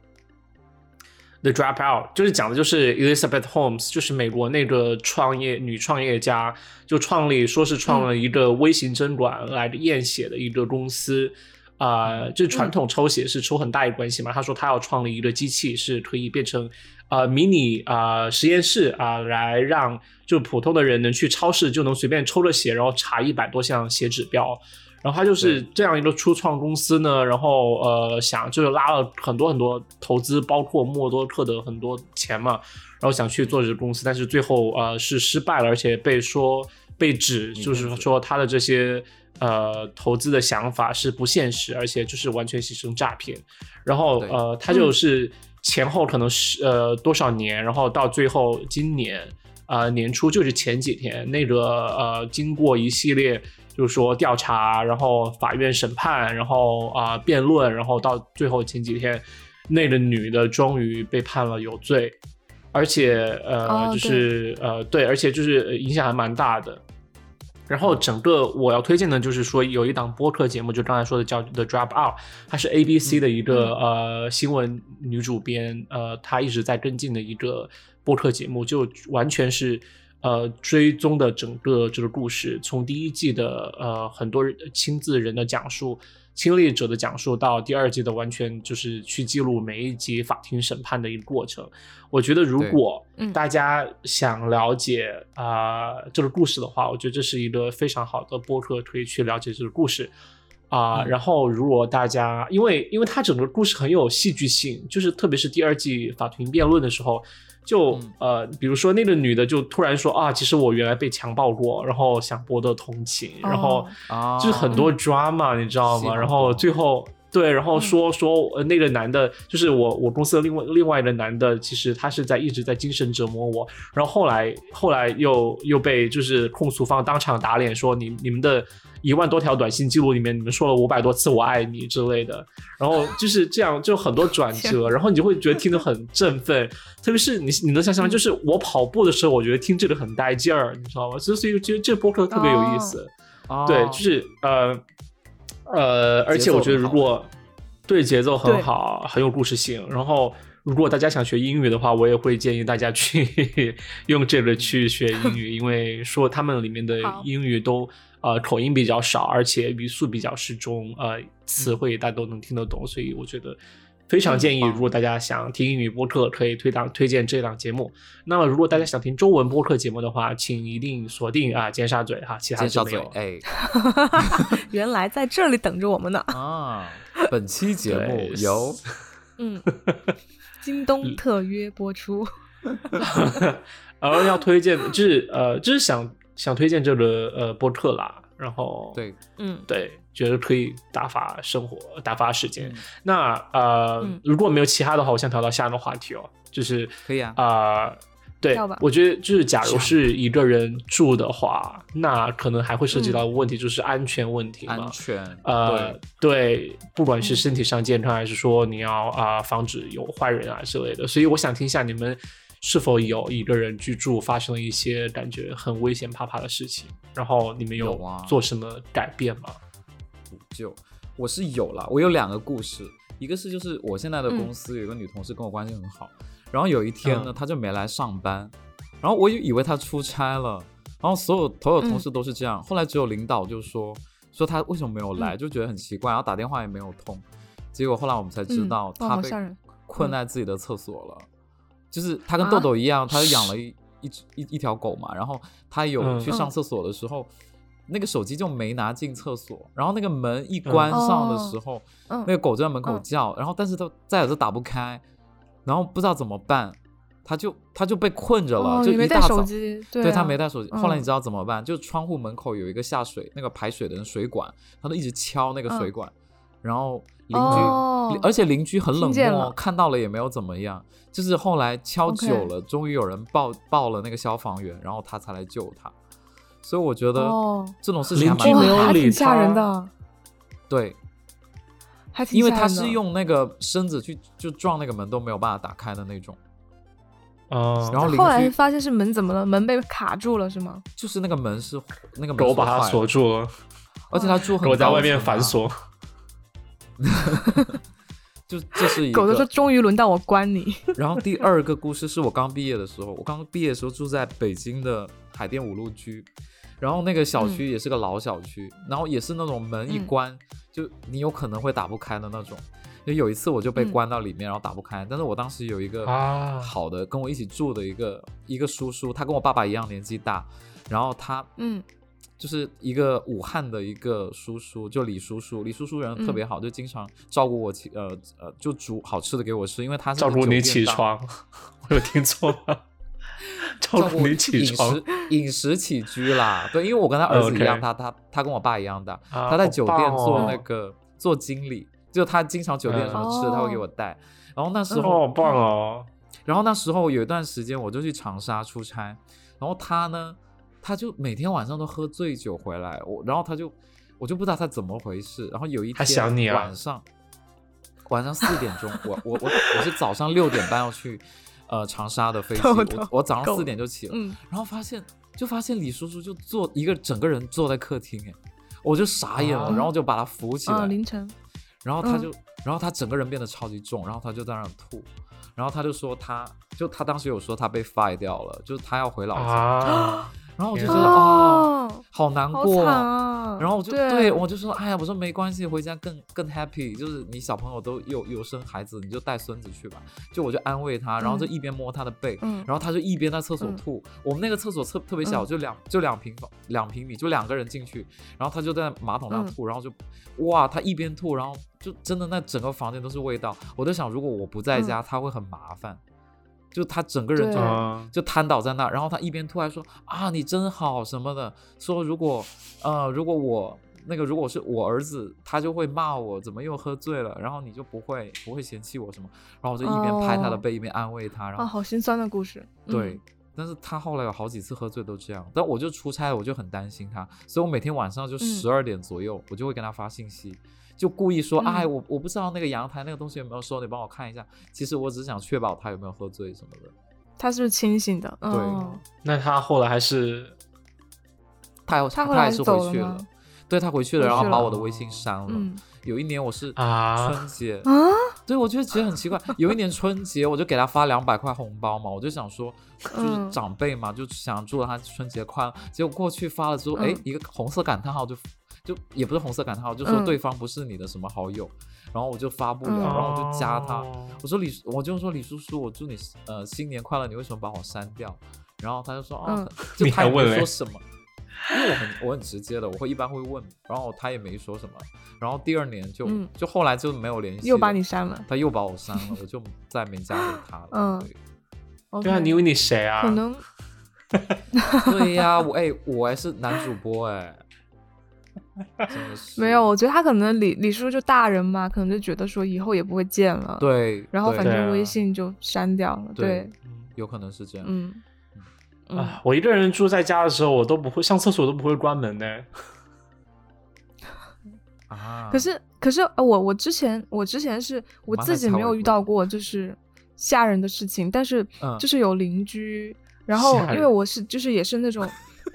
Speaker 1: The Dropout 就是讲的就是 Elizabeth Holmes，就是美国那个创业女创业家，就创立说是创了一个微型针管来验血的一个公司，啊、就是传统抽血是抽很大一关系嘛。她说她要创立一个机器，是可以变成呃迷你啊、呃实验室啊、来让就普通的人能去超市就能随便抽个血，然后查一百多项血指标。然后他就是这样一个初创公司呢，然后呃想就是拉了很多很多投资，包括默多克的很多钱嘛，然后想去做这个公司，但是最后呃是失败了，而且被说被指就是说他的这些呃投资的想法是不现实，而且就是完全形成诈骗。然后
Speaker 2: 对
Speaker 1: 呃，他就是前后可能是呃多少年，然后到最后今年呃年初就是前几天那个呃经过一系列就是说调查，然后法院审判，然后啊、呃辩论，然后到最后前几天那个女的终于被判了有罪，而且呃、
Speaker 3: 哦
Speaker 1: 就是呃对，而且就是呃影响还蛮大的。然后整个我要推荐的就是说有一档播客节目，就刚才说的叫《The Drop Out》，她是 ABC 的一个、呃新闻女主编，呃，她一直在跟进的一个播客节目，就完全是呃追踪的整个这个故事，从第一季的呃很多人亲自人的讲述。亲历者的讲述到第二季的完全就是去记录每一集法庭审判的一个过程。我觉得如
Speaker 2: 对
Speaker 1: 果
Speaker 3: 嗯
Speaker 1: 大家想了解啊、呃这个故事的话，我觉得这是一个非常好的播客，可以去了解这个故事。啊、
Speaker 2: 嗯
Speaker 1: 然后如果大家因为因为它整个故事很有戏剧性，就是特别是第二季法庭辩论的时候，就、
Speaker 2: 嗯
Speaker 1: 呃，比如说那个女的就突然说啊，其实我原来被强暴过，然后想博得同情，然后
Speaker 3: 哦
Speaker 2: 啊，
Speaker 1: 就是很多 drama，、你知道
Speaker 2: 是
Speaker 1: 吗？
Speaker 2: 很
Speaker 1: 然后
Speaker 2: 多
Speaker 1: 最后对，然后
Speaker 3: 嗯
Speaker 1: 说说呃那个男的，就是我我公司的另外另外的男的，其实他是在一直在精神折磨我，然后后来后来又又被就是控诉方当场打脸说你你们的。一万多条短信记录里面，你们说了五百多次“我爱你”之类的，然后就是这样，就很多转
Speaker 3: 天
Speaker 1: 折，然后你就会觉得听得很振奋，特别是你你能想象吗，
Speaker 3: 嗯
Speaker 1: 就是我跑步的时候，我觉得听这个很带劲儿，你知道吗？所以所以这这播客特别有意
Speaker 3: 哦
Speaker 1: 思，
Speaker 2: 哦
Speaker 1: 对，就是呃呃，而且我觉得如果对节奏很
Speaker 3: 对
Speaker 1: 好，很有故事性，然后。如果大家想学英语的话，我也会建议大家去 用这
Speaker 2: 嗯
Speaker 1: 个去学英语，因为说他们里面的
Speaker 3: 好
Speaker 1: 英语都呃口音比较少，而且语速比较适中，呃词汇大家都能听得懂，所以我觉得非常建议，
Speaker 2: 嗯棒
Speaker 1: 如果大家想听英语播客，可以推档推荐这档节目。那么如果大
Speaker 2: 嗯
Speaker 1: 家想听中文播客节目的话，请一定锁定啊尖沙咀哈，其他
Speaker 2: 尖
Speaker 1: 就
Speaker 2: 沙
Speaker 1: 没
Speaker 2: 咀
Speaker 1: 有了。
Speaker 2: 哎
Speaker 3: 原来在这里等着我们呢。
Speaker 2: 啊，本期节目
Speaker 1: 对
Speaker 2: 由
Speaker 3: 嗯， 京东特约播出。
Speaker 1: 然后要推 荐就是呃，就是想想推荐这个呃播客啦，然后
Speaker 2: 对
Speaker 3: 嗯，
Speaker 1: 对，觉得可以打发生活、打发时间。
Speaker 2: 嗯
Speaker 1: 那呃、
Speaker 3: 嗯
Speaker 1: 如果没有其他的话，我想聊到下一个话题哦，就是
Speaker 2: 可以啊
Speaker 1: 啊、呃对
Speaker 3: 要吧，
Speaker 1: 我觉得就是假如是一个人住的话，那可能还会涉及到问题，就是安全问题嘛。
Speaker 2: 嗯安全
Speaker 1: 呃
Speaker 2: 对，
Speaker 1: 对，不管是
Speaker 3: 嗯
Speaker 1: 身体上健康，还是说你要啊、防止有坏人啊之类的，所以我想听一下你们是否有一个人居住发生了一些感觉很危险怕怕的事情，然后你们
Speaker 2: 有啊
Speaker 1: 做什么改变吗？
Speaker 2: 就我是有啦，我有两个故事，一个是就是我现在的
Speaker 3: 嗯
Speaker 2: 公司有一个女同事跟我关系很好，然后有一天呢，
Speaker 1: 嗯
Speaker 2: 她就没来上班，然后我以以为她出差了，然后所有所有同事都是这样，后来只有领导就说说她为什么没有来，
Speaker 3: 嗯
Speaker 2: 就觉得很奇怪，然后打电话也没有通，结果后来我们才知
Speaker 3: 嗯
Speaker 2: 道
Speaker 3: 哇
Speaker 2: 她
Speaker 3: 好
Speaker 2: 被
Speaker 3: 吓人
Speaker 2: 困
Speaker 3: 嗯
Speaker 2: 在自己的厕所了，就是她跟
Speaker 3: 啊
Speaker 2: 豆豆一样，她养了一一只一一条狗嘛，然后她有
Speaker 1: 嗯
Speaker 2: 去上厕所的时候。那个手机就没拿进厕所，然后那个门一
Speaker 1: 嗯
Speaker 2: 关上的时候，
Speaker 3: 嗯
Speaker 2: 那个狗就在门口
Speaker 3: 嗯
Speaker 2: 叫，然后但是它再也是打不开，然后不知道怎么办，它就它就被困着了，
Speaker 3: 哦，
Speaker 2: 就
Speaker 3: 你没
Speaker 2: 一大
Speaker 3: 带
Speaker 2: 早
Speaker 3: 手，机，对
Speaker 2: 对
Speaker 3: 对
Speaker 2: 它没。带手机。
Speaker 3: 嗯
Speaker 2: 后来你知道怎么办？就窗户门口有一个下水那个排水的水管，它就一直敲那个水
Speaker 3: 嗯
Speaker 2: 管，然后邻居，
Speaker 3: 哦，
Speaker 2: 而且邻居很冷
Speaker 3: 听见
Speaker 2: 漠，
Speaker 3: 了
Speaker 2: 看到了也没有怎么样。就是后来敲
Speaker 3: OK
Speaker 2: 久了终于有人报报了那个消防员，然后他才来救他。所以我觉得
Speaker 3: 哦
Speaker 2: 这种事情还
Speaker 1: 邻居
Speaker 2: 蛮
Speaker 1: 没有
Speaker 3: 哇，还
Speaker 1: 理
Speaker 3: 挺吓
Speaker 1: 他
Speaker 3: 人的，
Speaker 2: 对，
Speaker 3: 还挺
Speaker 2: 因为
Speaker 3: 吓
Speaker 2: 他
Speaker 3: 人的
Speaker 2: 是用那个身子去就撞那个门都没有办法打开的那种，
Speaker 1: 嗯，
Speaker 2: 然后邻
Speaker 3: 后来
Speaker 2: 居
Speaker 3: 发现是门怎么了？门被卡住了是吗？
Speaker 2: 就是那个门是那个门
Speaker 1: 狗
Speaker 2: 是
Speaker 1: 把它
Speaker 2: 坏
Speaker 1: 锁
Speaker 2: 的，
Speaker 1: 住了，
Speaker 2: 而且它住很高层啊、
Speaker 1: 我在外面反锁，
Speaker 2: 就这是一个
Speaker 3: 狗都说终于轮到我关你，
Speaker 2: 然后第二个故事是我刚毕业的时候，我刚毕业的时候住在北京的海淀五路区，然后那个小区也是个老小区，然后也是那种门
Speaker 1: 嗯
Speaker 2: 一关、就你有可能会打不开的那种。就有一次我就被
Speaker 3: 嗯
Speaker 2: 关到里面，然后打不开，但是我当时有一个
Speaker 1: 啊
Speaker 2: 好的跟我一起住的一个一个叔叔，他跟我爸爸一样年纪大，然后他
Speaker 3: 嗯
Speaker 2: 就是一个武汉的一个叔叔，就李叔叔，李叔叔人特别好，就经常照顾我起，呃呃，就煮好吃的给我吃，因为他是
Speaker 1: 照顾
Speaker 2: 酒店
Speaker 1: 你起
Speaker 2: 大，
Speaker 1: 床，我有听错吗？照
Speaker 2: 照顾
Speaker 1: 顾
Speaker 2: 我
Speaker 1: 你起床
Speaker 2: 饮，食饮食起居啦，对，因为我跟他儿子一样
Speaker 1: OK
Speaker 2: 大，他他跟我爸一样大，
Speaker 1: 啊
Speaker 2: 他在酒店
Speaker 1: 好棒
Speaker 2: 做
Speaker 1: 哦
Speaker 2: 那个、做经理，就他经常酒店有什么吃的，他会给我带，然后那时
Speaker 1: 哦，
Speaker 2: 候
Speaker 1: 好棒哦！
Speaker 2: 然后那时候有一段时间我就去长沙出差，然后他呢，他就每天晚上都喝醉酒回来，我然后他就我就不知道他怎么回事，然后有一天
Speaker 1: 他想你啊
Speaker 2: 晚上晚上四点钟，我我我我是早上六点半要去呃长沙的飞机，
Speaker 3: 豆豆
Speaker 2: 我我早上
Speaker 3: 够
Speaker 2: 四点就起了，
Speaker 3: 嗯，
Speaker 2: 然后发现就发现李叔叔就坐一个整个人坐在客厅，哎，我就傻眼了，
Speaker 1: 啊
Speaker 2: 然后就把他扶起来，
Speaker 3: 啊，凌晨，
Speaker 2: 然后他
Speaker 3: 嗯
Speaker 2: 就，然后他整个人变得超级重，然后他就在那儿吐，然后他就说他，就他当时有说他被 fire 掉了，就是他要回老家，
Speaker 1: 啊，
Speaker 2: 然后我就
Speaker 1: 天
Speaker 2: 觉
Speaker 1: 啊
Speaker 2: 得啊、好难
Speaker 3: 哦好
Speaker 2: 过，
Speaker 3: 惨啊！
Speaker 2: 然后我就
Speaker 3: 对
Speaker 2: 我就说，哎呀，我说没关系，回家更更 happy，就是你小朋友都有有生孩子，你就带孙子去吧，就我就安慰他，然后就
Speaker 3: 嗯
Speaker 2: 一边摸他的背，
Speaker 3: 嗯
Speaker 2: 然后他就一边在厕所
Speaker 3: 嗯
Speaker 2: 吐。我们那个厕所特特别小，
Speaker 3: 嗯
Speaker 2: 就两就两平方两平米，就两个人进去，然后他就在马桶上
Speaker 3: 嗯
Speaker 2: 吐，然后就哇，他一边吐，然后就真的那整个房间都是味道。我就想，如果我不在家，他会很麻烦，就他整个
Speaker 3: 嗯
Speaker 2: 人
Speaker 3: 对
Speaker 2: 就
Speaker 1: 嗯，
Speaker 2: 就瘫倒在那，然后他一边突然说啊你真好什么的，说如果呃如果我那个如果是我儿子，他就会骂我怎么又喝醉了，然后你就不会不会嫌弃我什么，然后我就一边拍他的
Speaker 3: 哦
Speaker 2: 背、一边安慰他，然
Speaker 3: 啊，
Speaker 2: 后、
Speaker 3: 好心酸的故事。嗯
Speaker 2: 对。，但是他后来有好几次喝醉都这样，但我就出差我就很担心他，所以我每天晚上就十二点左右、我就会给他发信息。就故意说，
Speaker 3: 嗯
Speaker 2: 哎，我我不知道那个阳台那个东西有没有收，你帮我看一下。其实我只是想确保他有没有喝醉什么的。
Speaker 3: 他是不是清醒的？
Speaker 2: 对
Speaker 3: 嗯
Speaker 1: 那他后来还是
Speaker 2: 他
Speaker 3: 他
Speaker 2: 他
Speaker 3: 后
Speaker 2: 还
Speaker 3: 来
Speaker 2: 是
Speaker 3: 走
Speaker 2: 回
Speaker 3: 了
Speaker 2: 去
Speaker 3: 吗
Speaker 2: 了，对他回去了，
Speaker 3: 回
Speaker 2: 然后
Speaker 3: 去
Speaker 2: 把
Speaker 3: 了
Speaker 2: 我的微信删了。
Speaker 3: 嗯
Speaker 2: 有一年我是
Speaker 1: 啊
Speaker 2: 春节，
Speaker 3: 啊，
Speaker 2: 对我就觉得很奇怪。有一年春节我就给他发两百块红包嘛，我就想说就是
Speaker 3: 嗯
Speaker 2: 长辈嘛，就想祝他春节快乐。结果过去发了之后，哎、
Speaker 3: 嗯
Speaker 2: 一个红色感叹号就就也不是红色感叹号，就说
Speaker 3: 嗯
Speaker 2: 对方不是你的什么好友，然后我就发不了，
Speaker 3: 嗯
Speaker 2: 然后我就加他。
Speaker 1: 哦
Speaker 2: 我说李，我就说李叔叔，我祝你呃新年快乐，你为什么把我删掉？然后他就说，哦
Speaker 3: 嗯，
Speaker 2: 就
Speaker 1: 你
Speaker 2: 他
Speaker 1: 还
Speaker 2: 也没
Speaker 1: 问嘞
Speaker 2: 说什么，因为我很我很直接的，我会一般会问，然后他也没说什么，然后第二年就、
Speaker 3: 嗯
Speaker 2: 就后来就没有联系了，
Speaker 3: 又把你删了。
Speaker 2: 他又把我删了，我就再没加回他了。
Speaker 3: 嗯
Speaker 2: 对
Speaker 1: 对啊，
Speaker 3: OK
Speaker 1: 你以为你谁啊？
Speaker 3: 可能
Speaker 2: 对呀、我哎、我还是男主播哎、真的是
Speaker 3: 没有，我觉得他可能李李叔叔就大人嘛，可能就觉得说以后也不会见了，，
Speaker 2: 对，
Speaker 3: 然后
Speaker 2: 对
Speaker 3: 反
Speaker 1: 对
Speaker 3: 正
Speaker 1: 啊
Speaker 3: 微信就删掉了，
Speaker 2: 对
Speaker 3: 对，
Speaker 1: 嗯
Speaker 2: 有可能是这样。
Speaker 3: 嗯嗯
Speaker 1: 啊，我一个人住在家的时候，我都不会上厕所，都不会关门的。
Speaker 2: 啊，
Speaker 3: 可是可是呃我我之前我之前是我
Speaker 2: 妈
Speaker 3: 自
Speaker 2: 太
Speaker 3: 己
Speaker 2: 超
Speaker 3: 没有
Speaker 2: 为
Speaker 3: 遇
Speaker 2: 过
Speaker 3: 到过就是吓人的事情，但是
Speaker 2: 嗯
Speaker 3: 就是有邻居，然后
Speaker 1: 吓
Speaker 3: 因为
Speaker 1: 人
Speaker 3: 我是就是也是那种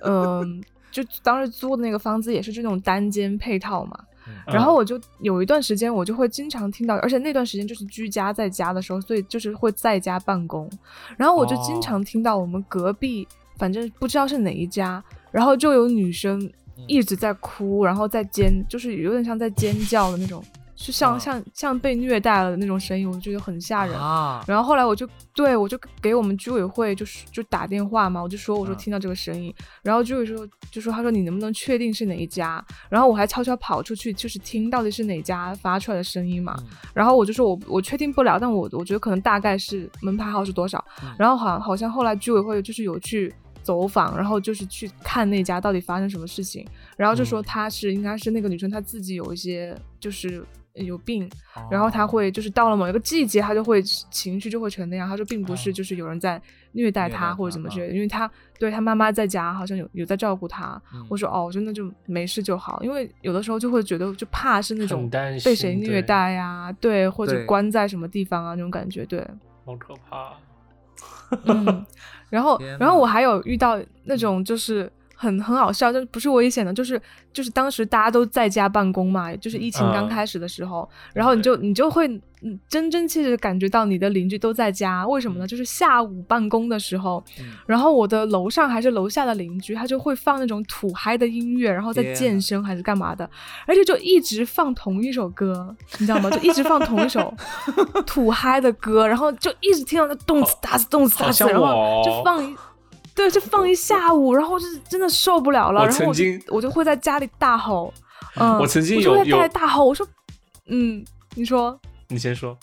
Speaker 3: 嗯、就当时租的那个房子也是这种单间配套嘛，
Speaker 2: 嗯
Speaker 3: 然后我就有一段时间，我就会经常听到，而且那段时间就是居家在家的时候，所以就是会在家办公。然后我就
Speaker 2: 哦
Speaker 3: 经常听到我们隔壁，反正不知道是哪一家，然后就有女生
Speaker 2: 嗯
Speaker 3: 一直在哭，然后在尖，就是有点像在尖叫的那种，就像、
Speaker 2: 嗯
Speaker 3: 像像被虐待了的那种声音，我觉得很吓人。
Speaker 2: 啊，
Speaker 3: 然后后来我就对我就给我们居委会就是就打电话嘛，我就说我说
Speaker 2: 嗯
Speaker 3: 听到这个声音，然后居委说就说他说你能不能确定是哪一家？然后我还悄悄跑出去，就是听到底是哪家发出来的声音嘛。
Speaker 2: 嗯
Speaker 3: 然后我就说我我确定不了，但我我觉得可能大概是门牌号是多少。
Speaker 2: 嗯
Speaker 3: 然后好像好像后来居委会就是有去走访，然后就是去看那家到底发生什么事情，然后就说
Speaker 1: 嗯
Speaker 3: 她是、应该是那个女生她自己有一些就是有病，
Speaker 2: 哦
Speaker 3: 然后他会就是到了某一个季节，他就会情绪就会成那样。他说并不是就是有人在虐待
Speaker 2: 虐
Speaker 3: 他
Speaker 2: 待
Speaker 3: 或者
Speaker 2: 他
Speaker 3: 怎么
Speaker 2: 啊
Speaker 3: 之类的，因为他对他妈妈在家好像有有在照顾他。
Speaker 2: 嗯
Speaker 3: 我说哦，我说那就没事就好，因为有的时候就会觉得就怕是那
Speaker 1: 很
Speaker 3: 种
Speaker 1: 担
Speaker 3: 被
Speaker 1: 心
Speaker 3: 谁
Speaker 1: 对
Speaker 3: 虐待呀、对，或者
Speaker 2: 对
Speaker 3: 关在什么地方啊那种感觉，对，
Speaker 1: 好可怕。
Speaker 3: 嗯。然后
Speaker 2: 天，
Speaker 3: 然后
Speaker 2: 呐
Speaker 3: 我还有遇到那种就是很很好笑，就不是危险的，就是就是当时大家都在家办公嘛，就是疫情刚
Speaker 1: 嗯
Speaker 3: 开始的时候，然后你就你就会嗯真真切切的感觉到你的邻居都在家，为什么呢？就是下午办公的时候，
Speaker 2: 嗯
Speaker 3: 然后我的楼上还是楼下的邻居，他就会放那种土嗨的音乐，然后在
Speaker 2: 天啊
Speaker 3: 健身还是干嘛的，而且就一直放同一首歌，你知道 吗？就一直放同一首土嗨的歌，然后就一直听到那动次打次动次打
Speaker 1: 好
Speaker 3: 次，
Speaker 1: 像
Speaker 3: 然后
Speaker 1: 我
Speaker 3: 就
Speaker 1: 哦
Speaker 3: 放一。对，就放一下午，然后就是真的受不了了，
Speaker 1: 我
Speaker 3: 然后我
Speaker 1: 曾
Speaker 3: 就
Speaker 1: 经
Speaker 3: 我就会在家里大吼，嗯，
Speaker 1: 我曾经
Speaker 3: 我就
Speaker 1: 有
Speaker 3: 会在家
Speaker 1: 有
Speaker 3: 里大吼，我说，嗯，你说，
Speaker 1: 你先说，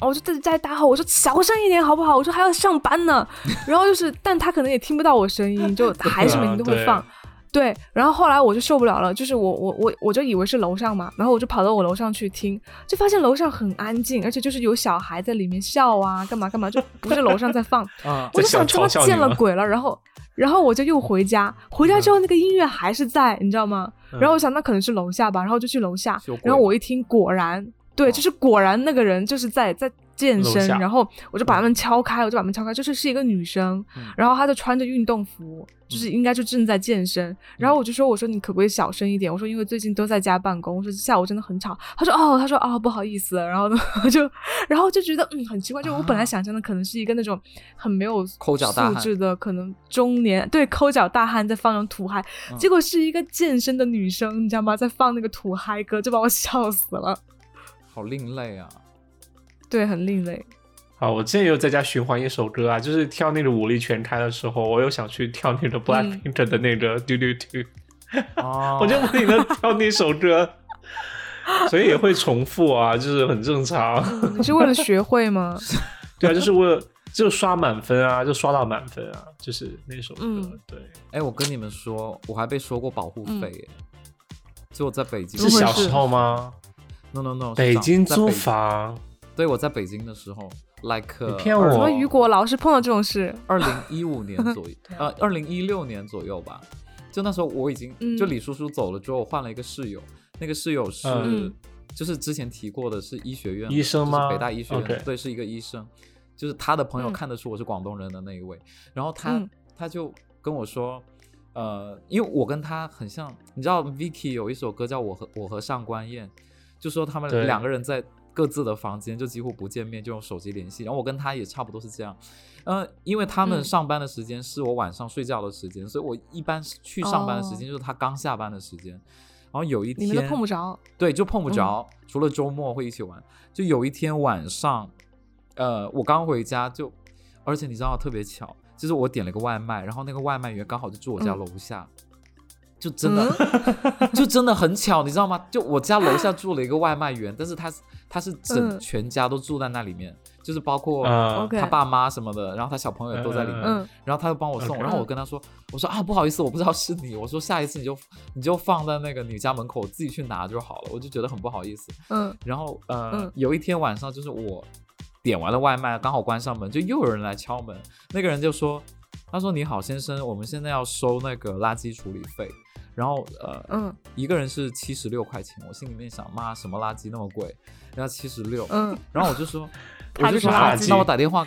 Speaker 3: 哦我就自己在大吼，我说小声一点好不好？我说还要上班呢。然后就是，但他可能也听不到我声 音，就还是每天都
Speaker 1: 啊
Speaker 3: 会放。对，然后后来我就受不了了，就是我我我我就以为是楼上嘛，然后我就跑到我楼上去听，就发现楼上很安静，而且就是有小孩在里面笑啊，干嘛干嘛，就不是楼上在 放，
Speaker 2: 啊，
Speaker 3: 我就想
Speaker 1: 在
Speaker 3: 他妈
Speaker 1: 嘲笑你
Speaker 3: 见了
Speaker 1: 吗
Speaker 3: 鬼了，然后，然后我就又回家，回家之后那个音乐还是在，你知道吗？
Speaker 1: 嗯
Speaker 3: 然后我想那可能是楼下吧，然后就去楼下
Speaker 2: 是有，鬼哦
Speaker 3: 然后我一听果然，对，就是果然那个人就是在在健
Speaker 1: 楼
Speaker 3: 身，
Speaker 1: 下
Speaker 3: 然后我就把门敲开，我就把门敲开，就是是一个女生
Speaker 2: 嗯，
Speaker 3: 然后她就穿着运动服，就是应该就正在健身，
Speaker 2: 嗯
Speaker 3: 然后我就说我说你可不可以小声一点？我说因为最近都在家办公，我说下午真的很吵。她说哦，她说哦不好意思，然后呢 就然后就觉得嗯很奇怪，就我本来
Speaker 2: 啊
Speaker 3: 想象的可能是一个那种很没有
Speaker 2: 抠脚大汉
Speaker 3: 素质的，可能中年对抠脚大汉在放那种土嗨，
Speaker 2: 嗯
Speaker 3: 结果是一个健身的女生，你知道吗？在放那个土嗨歌，就把我 笑死了。
Speaker 2: 好另类啊！
Speaker 3: 对，很另 类。
Speaker 1: 啊，我之前也有在家循环一首歌啊，就是跳那个武力全开的时候，我又想去跳那
Speaker 3: 嗯
Speaker 1: 个 Blackpink 的那个 Do Do Do，、
Speaker 2: 哦
Speaker 1: 我就不停的跳那首歌， 所以也会重复啊，就是很正常。
Speaker 3: 你是为了学会吗？
Speaker 1: 对啊，就是为了就刷满分啊，就刷到满分啊，就是那首歌。
Speaker 3: 嗯
Speaker 1: 对，
Speaker 2: 哎，我跟你们说，我还被收过保护费
Speaker 3: 嗯
Speaker 2: 耶，就我在北京
Speaker 1: 是
Speaker 3: 如何
Speaker 1: 小
Speaker 3: 是
Speaker 1: 时候吗？
Speaker 2: ，no no no，是
Speaker 1: 北
Speaker 2: 长
Speaker 1: 京
Speaker 2: 在
Speaker 1: 租
Speaker 2: 北
Speaker 1: 房，
Speaker 2: 对，我在北京的时候，like 呃
Speaker 1: 你骗
Speaker 3: 什
Speaker 1: 我
Speaker 3: 么雨果老是碰到这种事，
Speaker 2: 二零一五年左 右，
Speaker 3: 啊
Speaker 2: 呃，二零一六年左右吧。就那时候我已经，
Speaker 3: 嗯
Speaker 2: 就李叔叔走了之后，我换了一个室友，那个室友是，
Speaker 1: 嗯
Speaker 2: 就是之前提过的，是医学院的
Speaker 1: 医生
Speaker 2: 就是
Speaker 1: 吗
Speaker 2: 北大医学院的
Speaker 1: OK
Speaker 2: 对，是一个医生。就是他的朋友
Speaker 3: 嗯
Speaker 2: 看得出我是广东人的那一位，然后他、
Speaker 3: 嗯
Speaker 2: 他就跟我说，呃，因为我跟他很像，你知道 Vicky 有一首歌叫《我和我和上官燕》，就说他
Speaker 1: 对
Speaker 2: 们两个人在各自的房间就几乎不见面，就用手机联系。然后我跟他也差不多是这样，呃，因为他们
Speaker 3: 嗯
Speaker 2: 上班的时间是我晚上睡觉的时间，所以我一般去上班的时间就是他刚下班的时间。然后有一
Speaker 3: 哦你
Speaker 2: 天
Speaker 3: 们都碰不着。嗯
Speaker 2: 对，就碰不着，除了周末会一起玩。就有一天晚上，呃，我刚回家就，而且你知道特别巧，就是我点了个外卖，然后那个外卖员刚好就住我家
Speaker 3: 嗯
Speaker 2: 楼下，就真的、 就真的很巧，你知道吗？就我家楼下住了一个外卖员，但是他是他是整、
Speaker 3: 嗯
Speaker 2: 全家都住在那里面，就是包括
Speaker 1: 啊
Speaker 3: OK
Speaker 2: 他爸妈什么的，然后他小朋友也都在里面。
Speaker 3: 嗯
Speaker 2: 然后他就帮我送，
Speaker 1: OK
Speaker 2: 然后我跟他说，我说啊不好意思，我不知道是你，我说下一次你就你就放在那个你家门口，我自己去拿就好了，我就觉得很不好意思。
Speaker 3: 嗯
Speaker 2: 然后呃，
Speaker 3: 嗯
Speaker 2: 有一天晚上就是我点完了外卖，刚好关上门，就又有人来敲门，那个人就说，他说你好先生，我们现在要收那个垃圾处理费，然后呃
Speaker 3: 嗯
Speaker 2: 一个人是七十六块钱，我心里面想妈什么垃圾那么贵，然后七十六，
Speaker 3: 嗯
Speaker 2: 然后我 就说，
Speaker 3: 他
Speaker 2: 我就
Speaker 3: 就是
Speaker 2: 说好
Speaker 1: 垃，圾
Speaker 2: 那我打电话，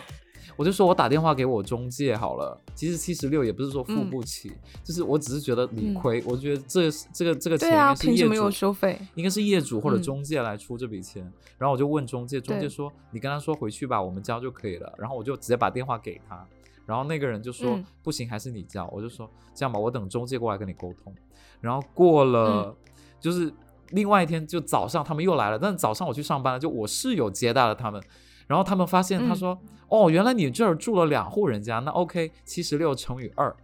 Speaker 2: 我就说我打电话给我中介好了。其实七十六也不是说
Speaker 3: 嗯
Speaker 2: 付不起，就是我只是觉得理亏，我觉得这这个这个钱
Speaker 3: 对
Speaker 2: 应
Speaker 3: 啊，
Speaker 2: 该是
Speaker 3: 凭
Speaker 2: 业
Speaker 3: 什么
Speaker 2: 主
Speaker 3: 有收费？
Speaker 2: 应该是业主或者
Speaker 3: 嗯
Speaker 2: 中介来出这笔钱。然后我就问中介，中介
Speaker 3: 对
Speaker 2: 说你跟他说回去吧，我们交就可以了。然后我就直接把电话给他，然后那个人就说、
Speaker 3: 嗯
Speaker 2: 不行，还是你交。我就说这样吧，我等中介过来跟你沟通。然后过
Speaker 3: 嗯
Speaker 2: 了、就是另外一天，就早上他们又来了，但早上我去上班了，就我室友接待了他们。然后他们发现，他
Speaker 3: 嗯
Speaker 2: 说：“哦，原来你这儿住了两户人家，那 OK，七十六乘以二。”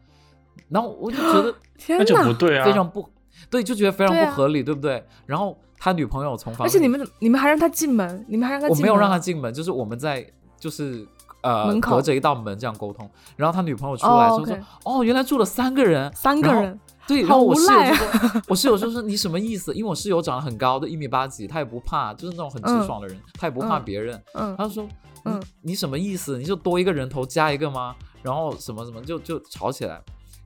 Speaker 2: 然后我就觉得
Speaker 3: 天
Speaker 1: 那就不
Speaker 3: 哪！
Speaker 1: 对啊，
Speaker 2: 非常不对，就觉得非常
Speaker 3: 对
Speaker 2: 不
Speaker 3: 啊
Speaker 2: 合理，对不对？然后他女朋友从房，
Speaker 3: 而且你们你们还让他进门，你们还让他
Speaker 2: 我
Speaker 3: 进门，
Speaker 2: 哦没有让他进门，就是我们在就是呃
Speaker 3: 门口
Speaker 2: 隔着一道门这样沟通。然后他女朋友出来
Speaker 3: 哦
Speaker 2: 说说
Speaker 3: ，OK
Speaker 2: 哦，原来住了三个人，
Speaker 3: 三个
Speaker 2: 然后
Speaker 3: 人，
Speaker 2: 对，然
Speaker 3: 好
Speaker 2: 后我
Speaker 3: 无
Speaker 2: 室友
Speaker 3: 赖
Speaker 2: 就说， 我室友就说你什么意思？因为我室友长得很高，就一米八几，他也不怕，就是那种很
Speaker 3: 嗯
Speaker 2: 直爽的人，他也不怕
Speaker 3: 嗯
Speaker 2: 别人。
Speaker 3: 嗯
Speaker 2: 他就说，
Speaker 3: 嗯
Speaker 2: 嗯，你什么意思？你就多一个人头加一个吗？然后什么什么就就吵起来，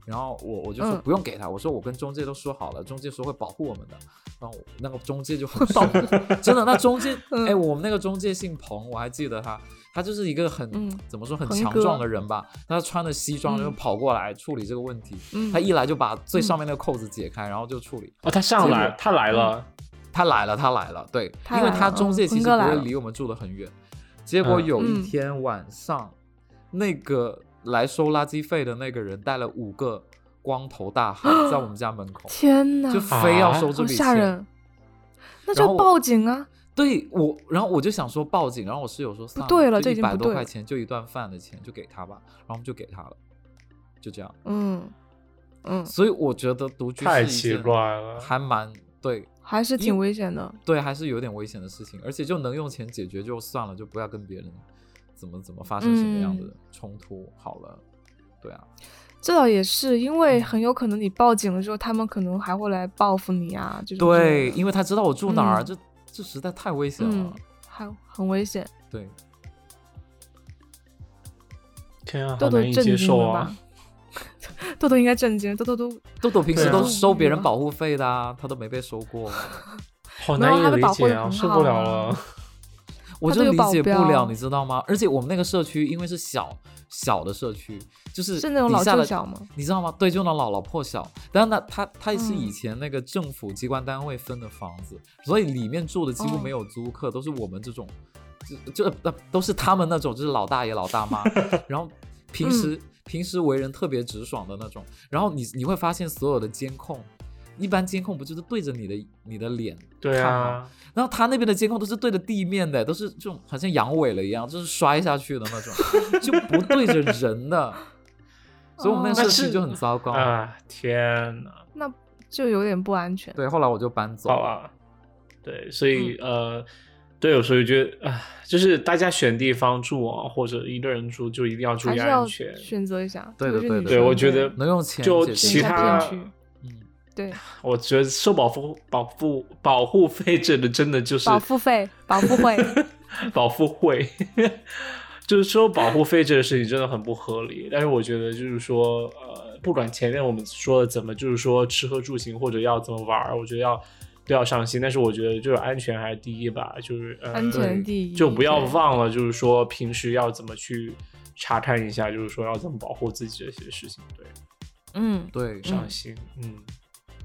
Speaker 2: 然后我我就说
Speaker 3: 嗯
Speaker 2: 不用给他，我说我跟中介都说好了，中介说会保护我们的，然后我那个中介 就会
Speaker 3: 保护，
Speaker 2: 真的那中介，
Speaker 3: 嗯
Speaker 2: 哎，我们那个中介姓彭，我还记得他，他就是一个很、
Speaker 3: 嗯
Speaker 2: 怎么说很
Speaker 3: 彭
Speaker 2: 强
Speaker 3: 哥
Speaker 2: 壮的人吧，他穿着西装
Speaker 3: 嗯
Speaker 2: 就跑过来处理这个问题，
Speaker 3: 嗯
Speaker 2: 他一来就把最上面那个扣子解开，然后就处理。
Speaker 1: 哦，他上
Speaker 2: 结
Speaker 1: 来
Speaker 2: 果，
Speaker 1: 他来
Speaker 3: 嗯
Speaker 1: 了，
Speaker 2: 他来了，他来了，对，
Speaker 3: 他
Speaker 2: 因为
Speaker 3: 来
Speaker 2: 他
Speaker 3: 了
Speaker 2: 中介
Speaker 3: 嗯
Speaker 2: 其实
Speaker 3: 坤哥来
Speaker 2: 不会
Speaker 3: 了
Speaker 2: 离我们住的很远。结果
Speaker 1: 嗯
Speaker 2: 有一
Speaker 3: 嗯
Speaker 2: 天晚上，那个来收垃圾费的那个人带了五个光头 大汉在我们家门口，
Speaker 3: 天哪，
Speaker 2: 就非要收这
Speaker 3: 好
Speaker 2: 笔
Speaker 3: 吓
Speaker 2: 钱。
Speaker 3: 人！那
Speaker 2: 然
Speaker 3: 就
Speaker 2: 后
Speaker 3: 报警啊！
Speaker 2: 对我，然后我就想说报警，然后我室友说算
Speaker 3: 对了这
Speaker 2: 就
Speaker 3: 已
Speaker 2: 一
Speaker 3: 经
Speaker 2: 百
Speaker 3: 不
Speaker 2: 多
Speaker 3: 对
Speaker 2: 块
Speaker 3: 了
Speaker 2: 钱，就一顿饭的钱，就给他吧，然后我们就给他了，就这样。
Speaker 3: 嗯嗯，
Speaker 2: 所以我觉得独居
Speaker 1: 太
Speaker 2: 是一
Speaker 1: 奇
Speaker 2: 件
Speaker 1: 怪了。
Speaker 2: 还蛮对
Speaker 3: 还是
Speaker 2: 因
Speaker 3: 挺危险的。
Speaker 2: 对，还是有点危险的事情，而且就能用钱解决就算了，就不要跟别人怎么怎么发生什么样的
Speaker 3: 嗯
Speaker 2: 冲突好了。对啊，
Speaker 3: 这倒也是，因为
Speaker 2: 嗯
Speaker 3: 很有可能你报警了之后，他们可能还会来报复你啊，这种之类
Speaker 2: 对，
Speaker 3: 的
Speaker 2: 因为他知道我住哪儿，
Speaker 3: 嗯
Speaker 2: 这这实在太危险了。
Speaker 3: 嗯，还很危险。
Speaker 2: 对，
Speaker 1: 天啊，好
Speaker 3: 豆豆
Speaker 1: 难以
Speaker 3: 震
Speaker 1: 接
Speaker 3: 惊
Speaker 1: 受
Speaker 3: 了
Speaker 1: 啊
Speaker 3: 吧！？ 豆豆应该震惊，豆豆都
Speaker 2: 豆豆平时
Speaker 1: 对啊
Speaker 2: 都收别人
Speaker 3: 嗯
Speaker 2: 保护费的啊，他都没被收 过。
Speaker 1: 好
Speaker 3: 没有
Speaker 1: 难以
Speaker 3: 他被
Speaker 1: 理
Speaker 3: 保护
Speaker 1: 解
Speaker 3: 得
Speaker 1: 啊，
Speaker 3: 很
Speaker 1: 受
Speaker 3: 好
Speaker 1: 不了
Speaker 3: 啊
Speaker 1: 了。
Speaker 2: 我
Speaker 3: 它
Speaker 2: 就
Speaker 3: 都有
Speaker 2: 理
Speaker 3: 保
Speaker 2: 解不
Speaker 3: 镖
Speaker 2: 了，你知道吗？而且我们那个社区因为是小小的社区，就是
Speaker 3: 是那种
Speaker 2: 底
Speaker 3: 老
Speaker 2: 下
Speaker 3: 旧
Speaker 2: 的
Speaker 3: 小吗
Speaker 2: 你知道吗？对，就那种老老破小。但是呢，它它是以
Speaker 3: 嗯
Speaker 2: 前那个政府机关单位分的房子，所以里面住的几乎
Speaker 3: 哦
Speaker 2: 没有租客，都是我们这种，就就、呃、都是他们那种，就是老大爷老 大妈，然后平
Speaker 3: 嗯
Speaker 2: 时、平时为人特别直爽的那种。然后你你会发现所有的监控。一般监控不就是对着你的你的脸
Speaker 1: 对
Speaker 2: 看吗？
Speaker 1: 啊，
Speaker 2: 然后他那边的监控都是对着地面的，都是这种好像阳痿了一样，就是摔下去的 那种，就不对着人的。所以我们那
Speaker 3: 哦
Speaker 2: 个社区就很糟糕。
Speaker 1: 啊，天哪！
Speaker 3: 那就有点不安全。
Speaker 2: 对，后来我就搬走
Speaker 1: 好。啊，对，所以、
Speaker 3: 嗯
Speaker 1: 呃，对，所以觉得啊，就是大家选地方住啊，或者一个人住，就一定要注
Speaker 3: 还
Speaker 1: 意
Speaker 3: 是
Speaker 1: 安
Speaker 3: 要
Speaker 1: 全。
Speaker 3: 选择一下，
Speaker 2: 对
Speaker 3: 特别是
Speaker 2: 的对
Speaker 3: 女
Speaker 2: 的
Speaker 1: 对，
Speaker 3: 生
Speaker 1: 我觉
Speaker 3: 对
Speaker 1: 得
Speaker 2: 能用钱
Speaker 1: 就
Speaker 2: 解决
Speaker 1: 其
Speaker 3: 离开
Speaker 1: 他
Speaker 3: 偏区
Speaker 2: 嗯，
Speaker 3: 对
Speaker 1: 我觉得受保护保护保护费 这个真的就是
Speaker 3: 保护费、保护 会，
Speaker 1: 保护会，就是收保护费这个事情真的很不合理。但是我觉得就是说，呃，不管前面我们说的怎么，就是说吃喝住行或者要怎么玩儿，我觉得要都要上心。但是我觉得就是安全还是第一吧，就是、呃、
Speaker 3: 安全第一，
Speaker 1: 就不要
Speaker 3: 对
Speaker 1: 忘了，就是说平时要怎么去查看一下，就是说要怎么保护自己这些事情，对，
Speaker 3: 嗯，
Speaker 2: 对，
Speaker 1: 上心，嗯，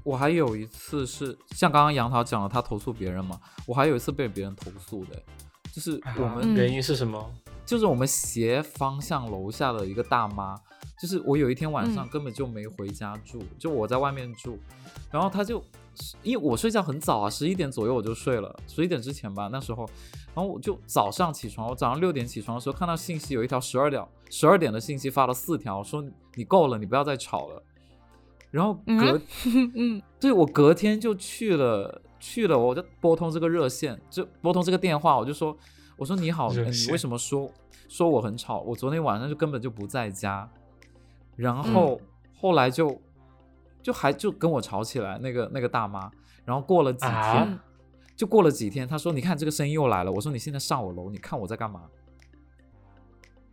Speaker 2: 我还有一次是像刚刚杨桃讲了，他投诉别人嘛，我还有一次被别人投诉的，就是
Speaker 1: 哎
Speaker 2: 我
Speaker 3: 嗯
Speaker 2: 们
Speaker 1: 原因是什么？
Speaker 2: 就是我们斜方向楼下的一个大妈，就是我有一天晚上
Speaker 3: 嗯
Speaker 2: 根本就没回家住，就我在外面住，然后她就因为我睡觉很早啊，十一点左右我就睡了，十一点之前吧那时候，然后我就早上起床，我早上六点起床的时候看到信息有一条十二点十二点的信息发了四条，说你够了，你不要再吵了，然后隔、
Speaker 3: 嗯嗯
Speaker 2: 对我隔天就去了，去了，我就拨通这个热线，就拨通这个电话，我就说，我说你好，
Speaker 1: 热
Speaker 2: 呃你
Speaker 1: 线
Speaker 2: 为什么说说我很吵？我昨天晚上就根本就不在家，然
Speaker 3: 嗯
Speaker 2: 后、后来就就还就跟我吵起来，那个那个大妈，然后过了几天，
Speaker 1: 啊
Speaker 3: 嗯
Speaker 2: 就过了几天，她说你看这个声音又来了，我说你现在上我楼，你看我在干嘛？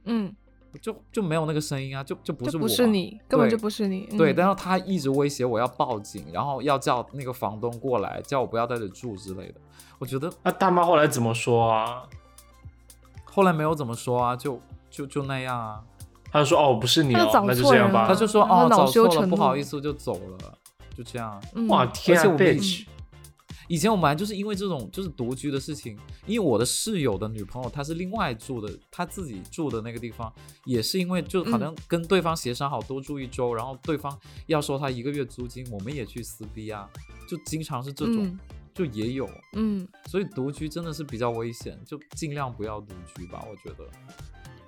Speaker 3: 嗯，
Speaker 2: 就就没有那个声音啊，就就不是
Speaker 3: 这
Speaker 2: 我、啊，
Speaker 3: 不是你，根本
Speaker 2: 对
Speaker 3: 就不是你，
Speaker 2: 对，
Speaker 3: 嗯
Speaker 2: 但是他一直威胁我要报警，然后要叫那个房东过来，叫我不要在这住之类的。我觉得
Speaker 1: 那啊大妈后来怎么说啊？
Speaker 2: 后来没有怎么说啊，就就就那样啊。
Speaker 1: 她就说哦，不是你、
Speaker 3: 她
Speaker 1: 哦
Speaker 3: 就，找
Speaker 1: 那就
Speaker 3: 错
Speaker 1: 这样
Speaker 3: 人
Speaker 1: 吧。
Speaker 3: 了
Speaker 2: 他就说
Speaker 3: 然后
Speaker 2: 哦，
Speaker 3: 啊恼
Speaker 2: 找
Speaker 3: 羞
Speaker 2: 错了，
Speaker 3: 成
Speaker 2: 不好
Speaker 3: 怒
Speaker 2: 意思，我就走了，就这样。
Speaker 3: 嗯
Speaker 1: 哇天啊
Speaker 2: 而且我们
Speaker 1: ，bitch，
Speaker 2: 以前我们还就是因为这种就是独居的事情，因为我的室友的女朋友她是另外住的，她自己住的那个地方也是因为就
Speaker 3: 嗯
Speaker 2: 好像跟对方协商好多住一周，然后对方要收她一个月租金，我们也去撕逼啊，就经常是这种，
Speaker 3: 嗯
Speaker 2: 就也有。
Speaker 3: 嗯，
Speaker 2: 所以独居真的是比较危险，就尽量不要独居吧。我觉得，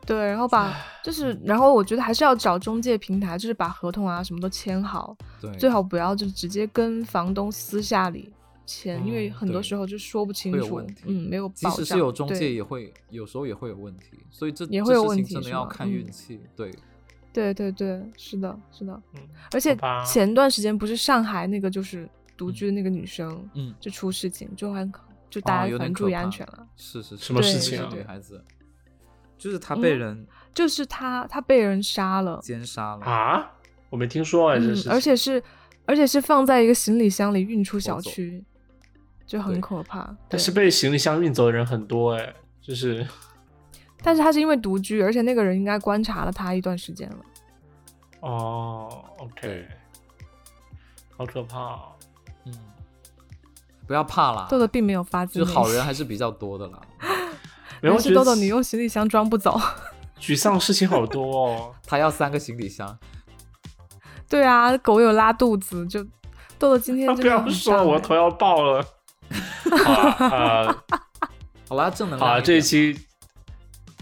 Speaker 3: 对，然后把
Speaker 2: 嗯
Speaker 3: 就是，然后我觉得还是要找中介平台，就是把合同啊什么都签好，
Speaker 2: 对，
Speaker 3: 最好不要就直接跟房东私下里签，因为
Speaker 1: 嗯
Speaker 3: 很多
Speaker 2: 对
Speaker 3: 时候就说不清
Speaker 2: 会有
Speaker 3: 楚
Speaker 2: 问题，
Speaker 3: 嗯，没有
Speaker 2: 即
Speaker 3: 保
Speaker 2: 使是
Speaker 3: 障
Speaker 2: 有中介，
Speaker 3: 对
Speaker 2: 也会有时候也会有问题，所以这
Speaker 3: 也会有
Speaker 2: 这事
Speaker 3: 问
Speaker 2: 情
Speaker 3: 题
Speaker 2: 真的
Speaker 3: 是
Speaker 2: 要
Speaker 3: 吧
Speaker 2: 看
Speaker 3: 嗯
Speaker 2: 运气。对，
Speaker 3: 对对对，是的，是的。
Speaker 1: 嗯
Speaker 3: 而且
Speaker 1: 好吧
Speaker 3: 前段时间不是上海那个就是独居
Speaker 2: 嗯
Speaker 3: 的那个女生
Speaker 2: 嗯，
Speaker 3: 就出事情，就很可就
Speaker 2: 啊
Speaker 3: 大家
Speaker 2: 有
Speaker 3: 反正
Speaker 2: 点可
Speaker 3: 注意安
Speaker 2: 怕
Speaker 3: 全了。
Speaker 2: 是是是，
Speaker 1: 什么
Speaker 3: 事
Speaker 2: 对
Speaker 3: 情
Speaker 2: 是
Speaker 3: 啊
Speaker 2: 女孩子，就是她被
Speaker 3: 嗯
Speaker 2: 人
Speaker 3: 就是她，她被人杀了，
Speaker 2: 奸杀了，
Speaker 1: 啊，我没听说哎，这
Speaker 3: 嗯
Speaker 1: 事，情。
Speaker 3: 而且是而且是放在一个行李箱里运出小
Speaker 2: 我走
Speaker 3: 区，就很
Speaker 2: 对
Speaker 3: 可怕。
Speaker 1: 但
Speaker 3: 对
Speaker 1: 是被行李箱运走的人很多哎，就是
Speaker 3: 但是他是因为独居，而且那个人应该观察了他一段时间了。
Speaker 1: 哦，OK，
Speaker 2: 对
Speaker 1: 好可怕、哦。
Speaker 2: 嗯，不要怕
Speaker 1: 啊
Speaker 2: 啦，
Speaker 3: 豆豆并没有发自
Speaker 2: 就
Speaker 3: 内
Speaker 2: 是
Speaker 3: 心，
Speaker 2: 好人还是比较多的啦。
Speaker 1: 没有，
Speaker 3: 但
Speaker 1: 我
Speaker 3: 是
Speaker 1: 觉
Speaker 3: 豆
Speaker 1: 得
Speaker 3: 豆你用行李箱装不走。
Speaker 1: 沮丧的事情好多哦。
Speaker 2: 他要三个行李箱，
Speaker 3: 对啊，狗有拉肚子，就豆豆 今 天真
Speaker 1: 不
Speaker 3: 的
Speaker 1: 要
Speaker 3: 很
Speaker 1: 说了，
Speaker 3: 丧
Speaker 1: 我
Speaker 3: 哎
Speaker 1: 头要爆了。好啊，
Speaker 2: 好啦，正能
Speaker 1: 呃，
Speaker 2: 量
Speaker 1: 好
Speaker 2: 一点。
Speaker 1: 啊，这一 期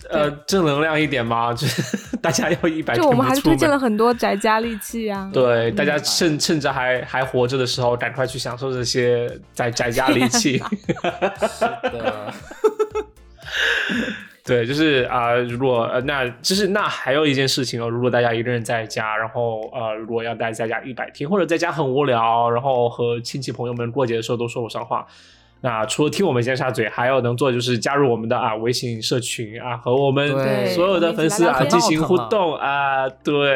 Speaker 1: 呃正能量一点嘛，就是 大家要一百
Speaker 3: 就我们还是推荐了
Speaker 1: 了。
Speaker 3: 很多宅家利器啊。
Speaker 1: 对，
Speaker 3: 嗯
Speaker 1: 大家趁趁着还还活着的时候，赶快去享受这些宅宅家利器。
Speaker 2: 是 的，
Speaker 1: 对，就是啊、呃如果呃，那就是那还有一件事情哦，如果大家一个人在家，然后呃，如果要待在家一百天，或者在家很无聊，然后和亲戚朋友们过节的时候都说不上话，那除了听我们先插嘴，还有能做的就是加入我们的啊微信社群啊，和我们
Speaker 2: 对
Speaker 1: 所有的粉丝
Speaker 3: 我
Speaker 1: 啊
Speaker 3: 们一起
Speaker 1: 进
Speaker 3: 聊聊天
Speaker 1: 行互动啊，对，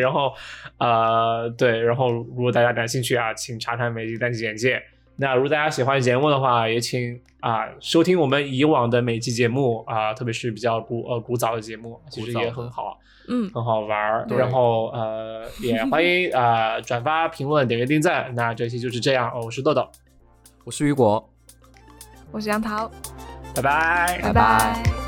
Speaker 1: 然后呃对，然后如果大家感兴趣啊，请查看每集单集简介。那如果大家喜欢节目的话，也请啊、收听我们以往的每期节目啊、特别是比较古呃古早的节目，其实
Speaker 2: 古早
Speaker 1: 也
Speaker 2: 的
Speaker 1: 很好，
Speaker 3: 嗯，
Speaker 1: 很好玩儿。
Speaker 2: 对
Speaker 1: 然后呃，也欢迎啊、转发、评论、点个订赞。那这期就是这样，哦、我是豆豆，
Speaker 2: 我是雨果。
Speaker 3: 我是杨桃，
Speaker 1: 拜拜
Speaker 3: 拜
Speaker 2: 拜拜
Speaker 3: 拜